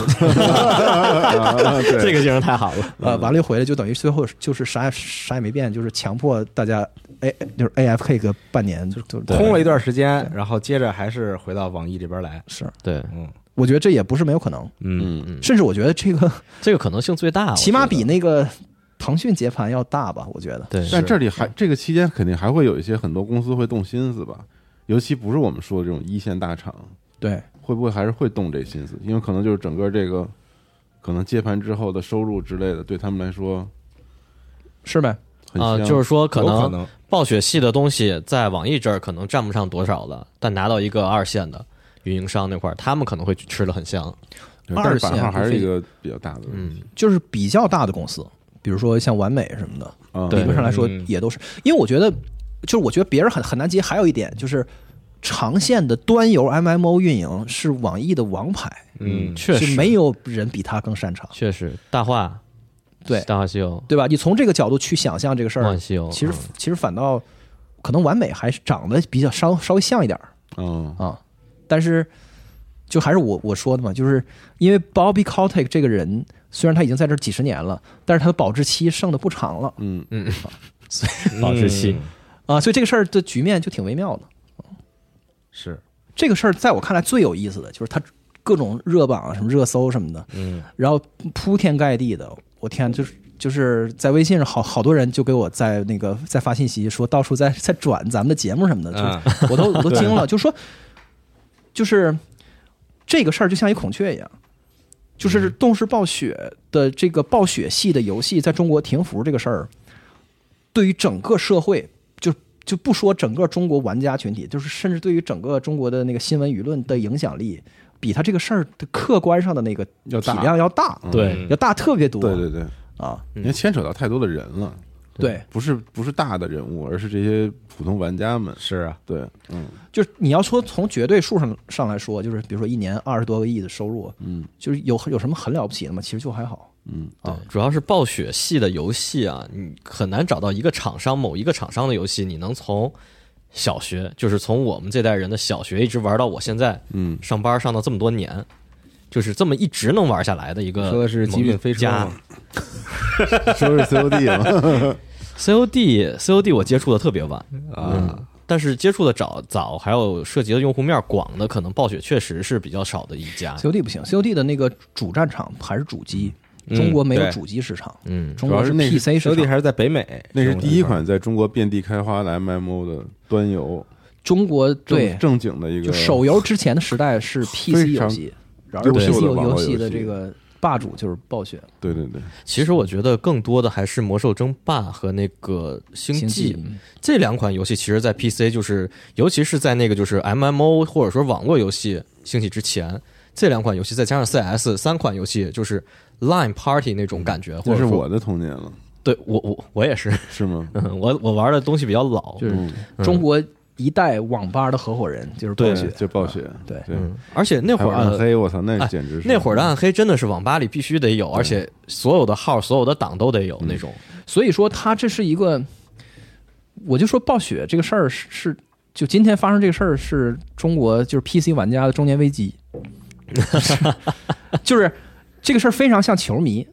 [SPEAKER 3] 啊对
[SPEAKER 5] 这个精神太好
[SPEAKER 4] [LAUGHS]
[SPEAKER 5] 了。
[SPEAKER 4] 呃，完了又回来，就等于最后就是啥也啥也没变，就是强迫大家 A 就是 AFK 个半年，就就
[SPEAKER 2] 空了一段时间，然后接着还是回到网易这边来。
[SPEAKER 4] 是，
[SPEAKER 5] 对，
[SPEAKER 2] 嗯
[SPEAKER 4] 我觉得这也不是没有可能，
[SPEAKER 2] 嗯，
[SPEAKER 5] 嗯嗯，
[SPEAKER 4] 甚至我觉得这个 [LAUGHS]
[SPEAKER 5] 这个可能性最大，
[SPEAKER 4] 起码
[SPEAKER 5] 我觉
[SPEAKER 4] 比
[SPEAKER 5] 得
[SPEAKER 4] 那个腾讯结盘要大吧，我觉得。
[SPEAKER 5] 对
[SPEAKER 3] 但这里还这个期间肯定还会有一些很多公司会动心思吧，尤其不是我们说的这种一线大厂，
[SPEAKER 4] 对，
[SPEAKER 3] 会不会还是会动这心思？因为可能就是整个这个可能接盘之后的收入之类的，对他们来说
[SPEAKER 4] 是呗，
[SPEAKER 3] 很
[SPEAKER 5] 啊，
[SPEAKER 3] 香
[SPEAKER 5] 就是说可
[SPEAKER 2] 有可
[SPEAKER 5] 能
[SPEAKER 2] 能
[SPEAKER 5] 暴雪系的东西在网易这儿可能占不上多少了，但拿到一个二线的运营商那块儿，他们可能会吃的很香。
[SPEAKER 3] 对但
[SPEAKER 4] 二
[SPEAKER 3] 是
[SPEAKER 4] 线
[SPEAKER 3] 版号还
[SPEAKER 4] 不
[SPEAKER 3] 是
[SPEAKER 4] 是
[SPEAKER 3] 一个比较大的问题。
[SPEAKER 5] 嗯，
[SPEAKER 4] 就是比较大的公司，比如说像完美什么的，
[SPEAKER 3] 啊，
[SPEAKER 5] 对
[SPEAKER 4] 理论上来说
[SPEAKER 2] 嗯
[SPEAKER 4] 也都是，因为我觉得，就是我觉得别人很很难接。还有一点就是，长线的端游 MMO 运营是网易的王牌，
[SPEAKER 2] 嗯，
[SPEAKER 5] 确
[SPEAKER 4] 是
[SPEAKER 5] 实，
[SPEAKER 4] 没有人比他更擅长，
[SPEAKER 5] 确实，大话，
[SPEAKER 4] 对
[SPEAKER 5] 大话西游，
[SPEAKER 4] 对吧？你从这个角度去想象这个事
[SPEAKER 5] 梦
[SPEAKER 4] 儿
[SPEAKER 5] 幻，西游，
[SPEAKER 4] 其实其实反倒可能完美还是长得比较稍稍微像一点儿
[SPEAKER 3] 嗯，
[SPEAKER 4] 啊，但是就还是我我说的嘛，就是因为 Bobby Kotick 这个人。虽然他已经在这儿几十年了，但是他的保质期剩的不长了
[SPEAKER 3] 嗯，
[SPEAKER 5] 保质期
[SPEAKER 2] 嗯
[SPEAKER 4] 啊，所以这个事儿的局面就挺微妙的。
[SPEAKER 2] 是，
[SPEAKER 4] 这个事儿在我看来最有意思的就是它各种热榜啊、什么热搜什么的，
[SPEAKER 2] 嗯，
[SPEAKER 4] 然后铺天盖地的，我天，啊就是就是在微信上好好多人就给我在那个在发信息说到处在在转咱们的节目什么的，
[SPEAKER 2] 啊
[SPEAKER 4] 就， [LAUGHS] 我都我都惊了，就说就是这个事儿就像一孔雀一样。就是
[SPEAKER 3] 嗯
[SPEAKER 4] 动视暴雪的这个暴雪系的游戏在中国停服这个事儿，对于整个社会，就就不说整个中国玩家群体，就是甚至对于整个中国的那个新闻舆论的影响力，比他这个事儿的客观上的那个
[SPEAKER 3] 要
[SPEAKER 4] 体
[SPEAKER 3] 大嗯
[SPEAKER 4] 量要大，
[SPEAKER 5] 对
[SPEAKER 4] 要大特别多。
[SPEAKER 3] 对对对，
[SPEAKER 4] 啊，
[SPEAKER 3] 因为牵扯到太多的人了，
[SPEAKER 4] 对，
[SPEAKER 3] 不是不是大的人物，而是这些普通玩家们。
[SPEAKER 2] 是啊，
[SPEAKER 3] 对，嗯
[SPEAKER 4] 就是你要说从绝对数上上来说，就是比如说一年二十多个亿的收入，
[SPEAKER 3] 嗯
[SPEAKER 4] 就是有有什么很了不起的吗？其实就还好。
[SPEAKER 3] 嗯，
[SPEAKER 5] 对，啊主要是暴雪系的游戏啊，你很难找到一个厂商某一个厂商的游戏，你能从小学，就是从我们这代人的小学一直玩到我现在 [LAUGHS]
[SPEAKER 3] 嗯
[SPEAKER 5] 上班上到这么多年，就是这么一直能玩下来的一
[SPEAKER 2] [LAUGHS]
[SPEAKER 5] 个。
[SPEAKER 2] 说的是极品飞车
[SPEAKER 5] 家
[SPEAKER 2] 吗
[SPEAKER 3] 说是 COD 嘛，
[SPEAKER 5] COD COD 我接触的特别晚，嗯
[SPEAKER 2] 啊，
[SPEAKER 5] 但是接触的早早，还有涉及的用户面广的，可能暴雪确实是比较少的一
[SPEAKER 3] 哎
[SPEAKER 5] 家。
[SPEAKER 4] COD 不行，COD 的那个主战场还是主机，
[SPEAKER 2] 嗯
[SPEAKER 4] 中国没有
[SPEAKER 2] 对
[SPEAKER 4] 主机市场，
[SPEAKER 5] 嗯，
[SPEAKER 4] 中
[SPEAKER 3] 主
[SPEAKER 4] 国
[SPEAKER 3] 要是那是
[SPEAKER 4] PC 市
[SPEAKER 2] 兄弟
[SPEAKER 4] 场，
[SPEAKER 2] 还是在北美，
[SPEAKER 3] 那是
[SPEAKER 2] 这种
[SPEAKER 3] 第一
[SPEAKER 2] 地方，
[SPEAKER 3] 款在中国遍地开花的 MMO 的端游，
[SPEAKER 4] 中国对
[SPEAKER 3] 正正经的一
[SPEAKER 4] 就
[SPEAKER 3] 个
[SPEAKER 4] 手游之前的时代是 PC
[SPEAKER 3] 非
[SPEAKER 4] 游
[SPEAKER 3] 常
[SPEAKER 4] 戏，然后
[SPEAKER 3] 优
[SPEAKER 4] PC
[SPEAKER 3] 秀的
[SPEAKER 4] 游
[SPEAKER 3] 网络
[SPEAKER 4] 戏
[SPEAKER 3] 游
[SPEAKER 4] 的
[SPEAKER 3] 戏
[SPEAKER 4] 这个霸主就是暴雪。
[SPEAKER 3] 对对对，
[SPEAKER 5] 其实我觉得更多的还是《魔兽争霸》和那个《星
[SPEAKER 4] 星
[SPEAKER 5] 际
[SPEAKER 4] 际》嗯
[SPEAKER 5] 这两款游戏，其实在 PC 就是，尤其是在那个就是 MMO 或者说网络游戏兴起之前，这两款游戏再加上 CS 三款游戏，就是 Line Party 那种感觉，或
[SPEAKER 3] 那
[SPEAKER 5] 者
[SPEAKER 3] 是
[SPEAKER 5] 说
[SPEAKER 3] 我的童年了，
[SPEAKER 5] 对我我我也是， [LAUGHS]
[SPEAKER 3] 是吗？
[SPEAKER 5] 嗯我我玩的东西比较老，
[SPEAKER 4] 就是
[SPEAKER 3] 嗯
[SPEAKER 4] 中国一代网吧的合伙人就是暴
[SPEAKER 3] 对
[SPEAKER 4] 雪，，
[SPEAKER 3] 就暴雪，
[SPEAKER 4] 对
[SPEAKER 3] 对，
[SPEAKER 5] 嗯，而且那
[SPEAKER 3] 还
[SPEAKER 5] 会
[SPEAKER 3] 有
[SPEAKER 5] 儿
[SPEAKER 3] 暗
[SPEAKER 5] 的
[SPEAKER 3] 黑，我操，那
[SPEAKER 5] 哎
[SPEAKER 3] 简直是
[SPEAKER 5] 那会儿的暗黑真的是网吧里必须得有，而且所有的号、所有的档都得有那种。
[SPEAKER 4] 所以说他这是一个，我就说暴雪这个事儿是是就今天发生这个事儿是中国就是 PC 玩家的中年危机，就是这个事儿非常像球迷，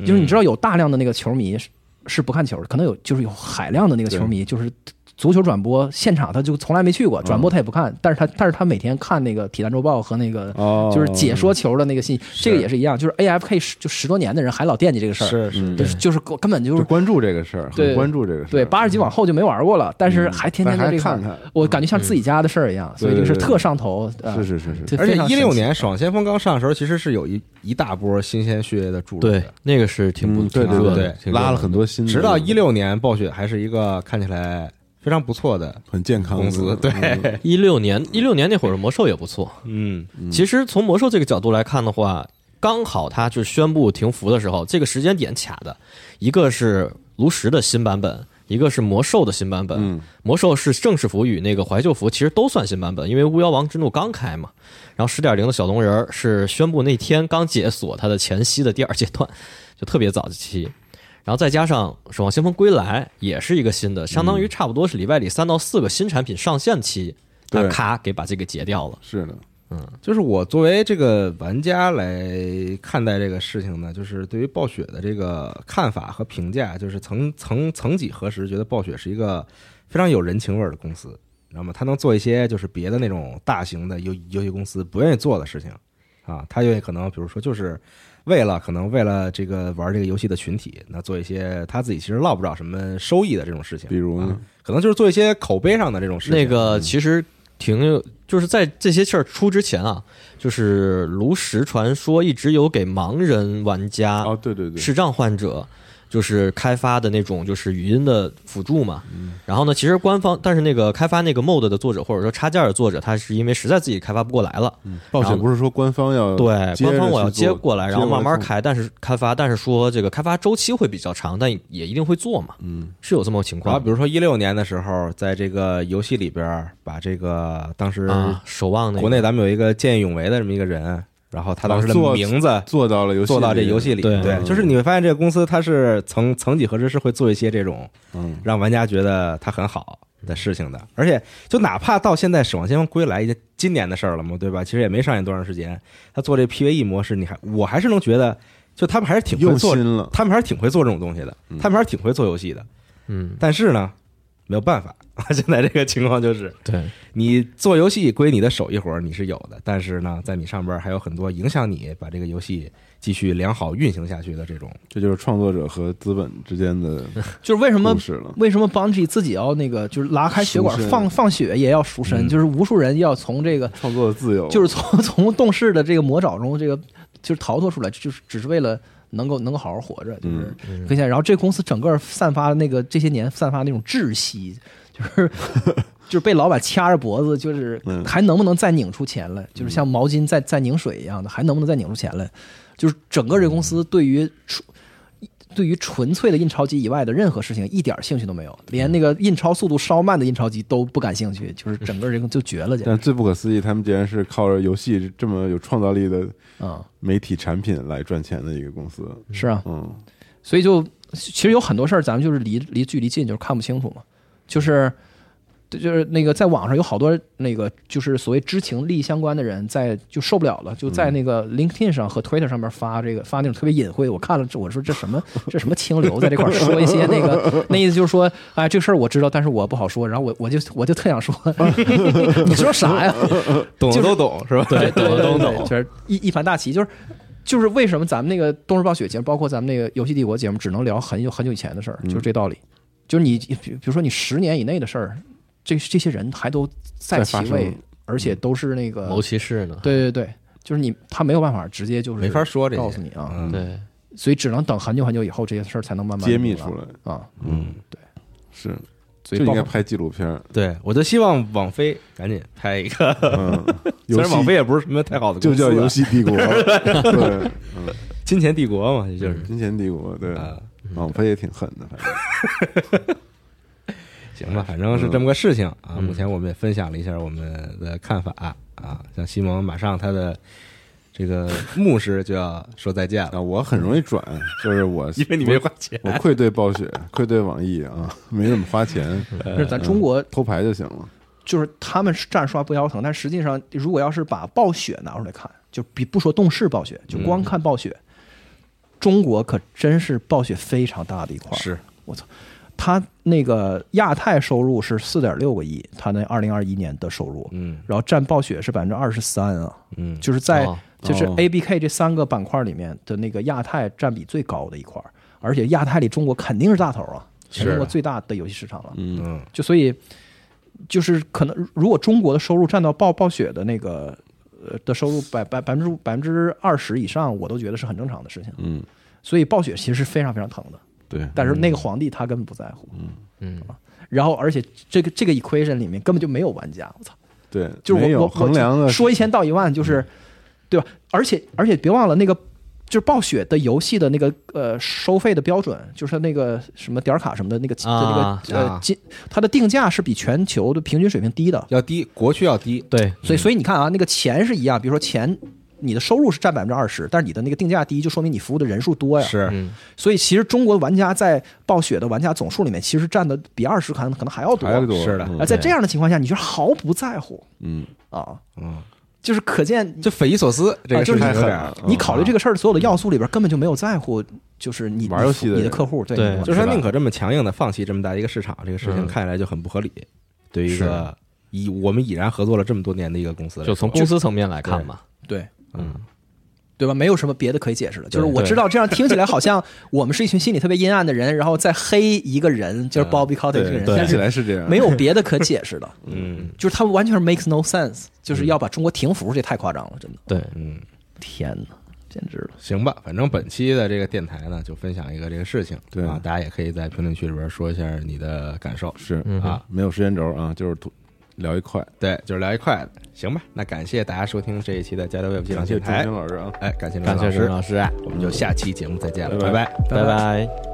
[SPEAKER 4] 就是你知道有大量的那个球迷是是不看球的，可能有就是有海量的那个球迷就是。足球转播现场他就从来没去过，转播他也不看，但是他但是他每天看那个《体坛周报》和那个
[SPEAKER 3] 哦，
[SPEAKER 4] 就是解说球的那个信息，
[SPEAKER 2] 是
[SPEAKER 4] 这个也是一样，就是 AFK 十就十多年的人还老惦记这个事儿，
[SPEAKER 2] 是是
[SPEAKER 3] 嗯，
[SPEAKER 4] 就是就是根本就
[SPEAKER 3] 就是关注这个事儿，
[SPEAKER 4] 对
[SPEAKER 3] 很关注这个事儿，
[SPEAKER 4] 对八十级往后就没玩过了，但是
[SPEAKER 3] 嗯
[SPEAKER 4] 还天天在
[SPEAKER 3] 但还
[SPEAKER 4] 这块
[SPEAKER 3] 看
[SPEAKER 4] 儿，
[SPEAKER 3] 看，
[SPEAKER 4] 我感觉像自己家的事儿一样，所
[SPEAKER 3] 对
[SPEAKER 4] 以这个事儿
[SPEAKER 3] 对对
[SPEAKER 4] 特上头。呃
[SPEAKER 3] 是是是是，
[SPEAKER 4] 这
[SPEAKER 2] 而且
[SPEAKER 4] 非常
[SPEAKER 2] 一
[SPEAKER 4] 神
[SPEAKER 2] 六
[SPEAKER 4] 奇
[SPEAKER 2] 年《爽先锋》刚上的时候，其实是有一一大波新鲜血液的注入的，
[SPEAKER 5] 对，那个是挺不、
[SPEAKER 3] 嗯对
[SPEAKER 5] 挺
[SPEAKER 3] 对
[SPEAKER 5] 热的
[SPEAKER 2] 对，
[SPEAKER 5] 挺热
[SPEAKER 3] 拉
[SPEAKER 5] 的
[SPEAKER 3] 了很多新的，
[SPEAKER 2] 直到一六年，暴雪还是一个看起来非常不错的
[SPEAKER 3] 很健康的嗯
[SPEAKER 2] 公司，对，
[SPEAKER 5] 一六年，一六年那会儿魔兽也不错。
[SPEAKER 2] 嗯，
[SPEAKER 5] 其实从魔兽这个角度来看的话，刚好它就宣布停服的时候，这个时间点卡的，一个是炉石的新版本，一个是魔兽的新版本。
[SPEAKER 3] 嗯
[SPEAKER 5] 魔兽是正式服与那个怀旧服，其实都算新版本，因为巫妖王之怒刚开嘛。然后十点零的小龙人儿是宣布那天刚解锁它的前夕的第二阶段，就特别早期。然后再加上《守望先锋归来》也是一个新的，相当于差不多是里外里三到四个新产品上线期，
[SPEAKER 3] 对
[SPEAKER 5] 它咔给把这个截掉了。
[SPEAKER 3] 是的，
[SPEAKER 2] 就是我作为这个玩家来看待这个事情呢，就是对于暴雪的这个看法和评价，就是曾曾曾几何时觉得暴雪是一个非常有人情味儿的公司，你知道吗？它能做一些就是别的那种大型的游游戏公司不愿意做的事情啊，它愿意可能比如说就是为了可能为了这个玩这个游戏的群体，那做一些他自己其实落不了什么收益的这种事情，
[SPEAKER 3] 比如呢
[SPEAKER 2] 啊可能就是做一些口碑上的这种事情。
[SPEAKER 5] 那个
[SPEAKER 3] 嗯
[SPEAKER 5] 其实挺有，就是在这些事儿出之前啊，就是炉石传说一直有给盲人玩家、
[SPEAKER 3] 哦，对对对，
[SPEAKER 5] 视障患者。就是开发的那种，就是语音的辅助嘛。
[SPEAKER 3] 嗯
[SPEAKER 5] 然后呢，其实官方，但是那个开发那个 mod 的作者，或者说插件的作者，他是因为实在自己开发不过来了，
[SPEAKER 3] 暴雪不是说官方要
[SPEAKER 5] 对，
[SPEAKER 3] 嗯接
[SPEAKER 5] 官
[SPEAKER 3] 着
[SPEAKER 5] 方我要
[SPEAKER 3] 去做
[SPEAKER 5] 接过来，然后慢慢，开，但是开发，但是说这个开发周期会比较长，但也一定会做嘛，
[SPEAKER 3] 嗯，
[SPEAKER 5] 是有这么个情
[SPEAKER 2] 然
[SPEAKER 5] 况。
[SPEAKER 2] 后比如说一六年的时候，在这个游戏里边儿，把这个当时
[SPEAKER 5] 啊，守望那个
[SPEAKER 2] 国内咱们有一个见义勇为的这么一个人，然后他当时的名字
[SPEAKER 3] 哦做到了游戏
[SPEAKER 2] 做到这
[SPEAKER 3] 里嗯
[SPEAKER 2] 游戏里，
[SPEAKER 5] 对
[SPEAKER 2] 对，就是你会发现这个公司它是曾曾几何时是会做一些这种
[SPEAKER 3] 嗯
[SPEAKER 2] 让玩家觉得它很好的事情的，而且就哪怕到现在《守望先锋归来》已经今年的事儿了嘛，对吧？其实也没上映多长时间，他做这 PVE 模式，你还我还是能觉得，就他们还是挺会
[SPEAKER 3] 用
[SPEAKER 2] 做
[SPEAKER 3] 心，了，
[SPEAKER 2] 他们还是挺会做这种东西的，他们还是挺会做游戏的。
[SPEAKER 5] 嗯，
[SPEAKER 2] 但是呢，没有办法， [LAUGHS] 现在这个情况就是，
[SPEAKER 5] 对，
[SPEAKER 2] 你做游戏归你的手艺活儿你是有的，但是呢，在你上边儿还有很多影响你把这个游戏继续良好运行下去的这种，
[SPEAKER 3] 这就是创作者和资本之间的
[SPEAKER 4] 就是为什么
[SPEAKER 3] 故事了。
[SPEAKER 4] 为什么 Bungie 自己要那个就是拉开血管
[SPEAKER 3] 赎身嗯
[SPEAKER 4] 放放血也要赎身，就是无数人要从这个
[SPEAKER 3] 创作的自由
[SPEAKER 4] 就是从 [LAUGHS] 从动视的这个魔爪中这个就是逃脱出来，就是只是为了能够能够好好活着，就是跟现在。然后这公司整个散发那个这些年散发那种窒息，就是 [LAUGHS] 就是被老板掐着脖子，就是
[SPEAKER 3] 嗯
[SPEAKER 4] 还能不能再拧出钱来？就是像毛巾再再拧水一样的，还能不能再拧出钱来？就是整个这公司对于纯对于纯粹的印钞机以外的任何事情一点兴趣都没有，连那个印钞速度稍慢的印钞机都不感兴趣，就是整个这个就绝了，简直
[SPEAKER 3] 但最不可思议，他们竟然是靠着游戏这么有创造力的
[SPEAKER 4] 啊！
[SPEAKER 3] 媒体产品来赚钱的一个公司。
[SPEAKER 4] 是啊，
[SPEAKER 3] 嗯，
[SPEAKER 4] 所以就其实有很多事儿，咱们就是离离距离近，就是看不清楚嘛。就是就是那个在网上有好多那个就是所谓知情利益相关的人在就受不了了，就在那个 LinkedIn 上和 Twitter 上面发这个发那种特别隐晦，我看了这我说这什么这什么清流在这块儿说一些那个那意思就是说，哎，这事儿我知道，但是我不好说，然后我我就我就特想说， [LAUGHS] 你说啥呀？
[SPEAKER 2] 懂
[SPEAKER 4] 就
[SPEAKER 2] 的
[SPEAKER 4] 是
[SPEAKER 2] 都懂是吧？ [LAUGHS]
[SPEAKER 5] 对，懂的都懂。
[SPEAKER 4] 就是一一盘大棋，就是就是为什么咱们那个《冬日暴雪》节目，包括咱们那个《游戏帝国》节目，只能聊很久很久以前的事儿，就是这道理。就是你，比比如说你十年以内的事儿，这这些人还都在
[SPEAKER 3] 在
[SPEAKER 4] 其
[SPEAKER 3] 发
[SPEAKER 4] 位
[SPEAKER 3] 生，
[SPEAKER 4] 而且都是那个
[SPEAKER 5] 谋，骑士呢？
[SPEAKER 4] 对对对，就是你他没有办法直接就是
[SPEAKER 2] 没法说这些
[SPEAKER 4] 告诉你啊，
[SPEAKER 2] 嗯，
[SPEAKER 5] 对，
[SPEAKER 4] 所以只能等很久很久以后这些事儿才能慢慢
[SPEAKER 3] 揭秘
[SPEAKER 4] 明白
[SPEAKER 3] 出来
[SPEAKER 4] 啊。
[SPEAKER 2] 嗯，
[SPEAKER 3] 是
[SPEAKER 4] 所
[SPEAKER 3] 就
[SPEAKER 4] 以
[SPEAKER 3] 应
[SPEAKER 4] 包
[SPEAKER 3] 该
[SPEAKER 4] 括
[SPEAKER 3] 拍纪录片儿。
[SPEAKER 2] 对，我就希望网飞赶紧拍一个，
[SPEAKER 3] 嗯，
[SPEAKER 2] 虽
[SPEAKER 3] 游
[SPEAKER 2] 然网
[SPEAKER 3] 戏
[SPEAKER 2] 飞也不是什么太好的公
[SPEAKER 3] 就
[SPEAKER 2] 司啊，
[SPEAKER 3] 叫游戏帝国，对，
[SPEAKER 2] 金钱帝国
[SPEAKER 5] 嗯
[SPEAKER 2] 嘛，就是
[SPEAKER 3] 金钱帝国，对，
[SPEAKER 2] 啊，
[SPEAKER 3] 网飞也挺狠的，反正
[SPEAKER 2] 行吧，反正是这么个事情啊。目前我们也分享了一下我们的看法啊，像西蒙马上他的这个牧师就要说再见了，
[SPEAKER 3] 啊，我很容易转，就是我
[SPEAKER 2] 哦因为你没花钱。
[SPEAKER 3] 我愧对暴雪，愧对网易啊， [LAUGHS] 没怎么花钱，
[SPEAKER 4] 就是咱中国
[SPEAKER 3] 偷排就行了。
[SPEAKER 4] 就是他们是站着刷不腰疼，但实际上如果要是把暴雪拿出来看，就比不说动视暴雪，就光看暴雪，中国可真是暴雪非常大的一块儿。
[SPEAKER 2] 是
[SPEAKER 4] 我操，他那个亚太收入是四点六个亿，他那二零二一年的收入，
[SPEAKER 2] 嗯
[SPEAKER 4] 然后占暴雪是百分之二十三啊，
[SPEAKER 2] 嗯，
[SPEAKER 4] 就是在
[SPEAKER 5] 哦
[SPEAKER 4] 就是 A
[SPEAKER 3] 哦
[SPEAKER 4] B K 这三个板块里面的那个亚太占比最高的一块儿，而且亚太里中国肯定是大头啊，
[SPEAKER 2] 是
[SPEAKER 4] 全中国最大的游戏市场了。
[SPEAKER 3] 嗯，
[SPEAKER 2] 嗯
[SPEAKER 4] 就所以就是可能，如果中国的收入占到暴暴雪的那个呃的收入百百百分之百分之二十以上，我都觉得是很正常的事情。
[SPEAKER 3] 嗯，
[SPEAKER 4] 所以暴雪其实是非常非常疼的，
[SPEAKER 3] 对，
[SPEAKER 4] 但是那个皇帝他根本不在乎。啊
[SPEAKER 5] 嗯，
[SPEAKER 4] 然后，而且这个这个 equation 里面根本就没有玩家，我操！
[SPEAKER 3] 对，
[SPEAKER 4] 就是
[SPEAKER 3] 没
[SPEAKER 4] 我
[SPEAKER 3] 有
[SPEAKER 4] 我
[SPEAKER 3] 衡量啊嗯
[SPEAKER 4] 我
[SPEAKER 3] 的
[SPEAKER 4] 说一千道一万，就是对吧？而且而且别忘了那个。就是暴雪的游戏的那个呃收费的标准，就是那个什么点儿卡什么的那个、
[SPEAKER 5] 啊
[SPEAKER 4] 那个
[SPEAKER 2] 啊
[SPEAKER 4] 呃金，它的定价是比全球的平均水平低的，
[SPEAKER 2] 要低，国区要低，
[SPEAKER 5] 对，
[SPEAKER 4] 所以，所以你看啊，那个钱是一样，比如说钱，你的收入是占百分之二十，但是你的那个定价低，就说明你服务的人数多呀。。
[SPEAKER 2] 是
[SPEAKER 5] 嗯，
[SPEAKER 4] 所以，其实中国玩家在暴雪的玩家总数里面，其实占的比二十可能可能还要多。
[SPEAKER 3] 还要多，
[SPEAKER 2] 是的
[SPEAKER 3] 嗯
[SPEAKER 4] 啊，在
[SPEAKER 5] 对
[SPEAKER 4] 这样的情况下，你就是毫不在乎
[SPEAKER 3] 嗯，
[SPEAKER 4] 啊。
[SPEAKER 2] 嗯，
[SPEAKER 4] 就是可见啊
[SPEAKER 2] 就匪夷所思，这个事
[SPEAKER 4] 就是
[SPEAKER 2] 情
[SPEAKER 3] 太
[SPEAKER 2] 有
[SPEAKER 3] 狠
[SPEAKER 2] 点
[SPEAKER 3] 了
[SPEAKER 2] 儿，。
[SPEAKER 4] 你考虑这个事儿的所有的要素里边，根本就没有在乎，就是你
[SPEAKER 3] 玩游戏的
[SPEAKER 4] 你
[SPEAKER 3] 人
[SPEAKER 4] 的客户，对
[SPEAKER 5] 对
[SPEAKER 4] 你的
[SPEAKER 2] 就是
[SPEAKER 3] 是
[SPEAKER 2] 他
[SPEAKER 3] 吧
[SPEAKER 2] 宁可这么强硬的放弃这么大一个市场，这个事情
[SPEAKER 5] 嗯
[SPEAKER 2] 看起来就很不合理。对于一个以我们已然合作了这么多年的一个公司来说，
[SPEAKER 5] 就从公司层面来看嘛，
[SPEAKER 4] 对
[SPEAKER 2] 嗯，
[SPEAKER 4] 对吧？没有什么别的可以解释的。就是
[SPEAKER 2] 对
[SPEAKER 4] 我
[SPEAKER 5] 对
[SPEAKER 4] 知道这样听起来好像我们是一群心里特别阴暗的人，然后在黑一个人，就是 Bobby Kotick 这个人，
[SPEAKER 3] 对，听
[SPEAKER 4] 但
[SPEAKER 3] 起
[SPEAKER 4] 是
[SPEAKER 3] 来是这样，
[SPEAKER 4] 没有别的可解释 [LAUGHS] 的，
[SPEAKER 2] 嗯
[SPEAKER 4] 就是他们完全是 makes no sense，就是要把中国停服，这太夸张了，真的，
[SPEAKER 5] 对，
[SPEAKER 2] 嗯，
[SPEAKER 4] 天哪，简直了。
[SPEAKER 2] 行吧，反正本期的这个电台呢，就分享一个这个事情，
[SPEAKER 3] 对
[SPEAKER 2] 啊，大家也可以在评论区里边说一下你的感受
[SPEAKER 3] 是
[SPEAKER 5] 嗯
[SPEAKER 2] 啊，
[SPEAKER 3] 没有时间轴啊，就是吐聊一块。
[SPEAKER 2] 对，就是聊一块的，行吧，那感谢大家收听这一期的加州 Web 技能
[SPEAKER 3] 谢谢
[SPEAKER 2] 电台
[SPEAKER 3] 钟情，老师啊。
[SPEAKER 2] 哎，感谢
[SPEAKER 5] 感谢
[SPEAKER 2] 老
[SPEAKER 5] 陈
[SPEAKER 2] 师，
[SPEAKER 5] 老师啊，
[SPEAKER 2] 我们就下期节目再见了，
[SPEAKER 3] 拜拜
[SPEAKER 2] 拜。
[SPEAKER 5] 拜拜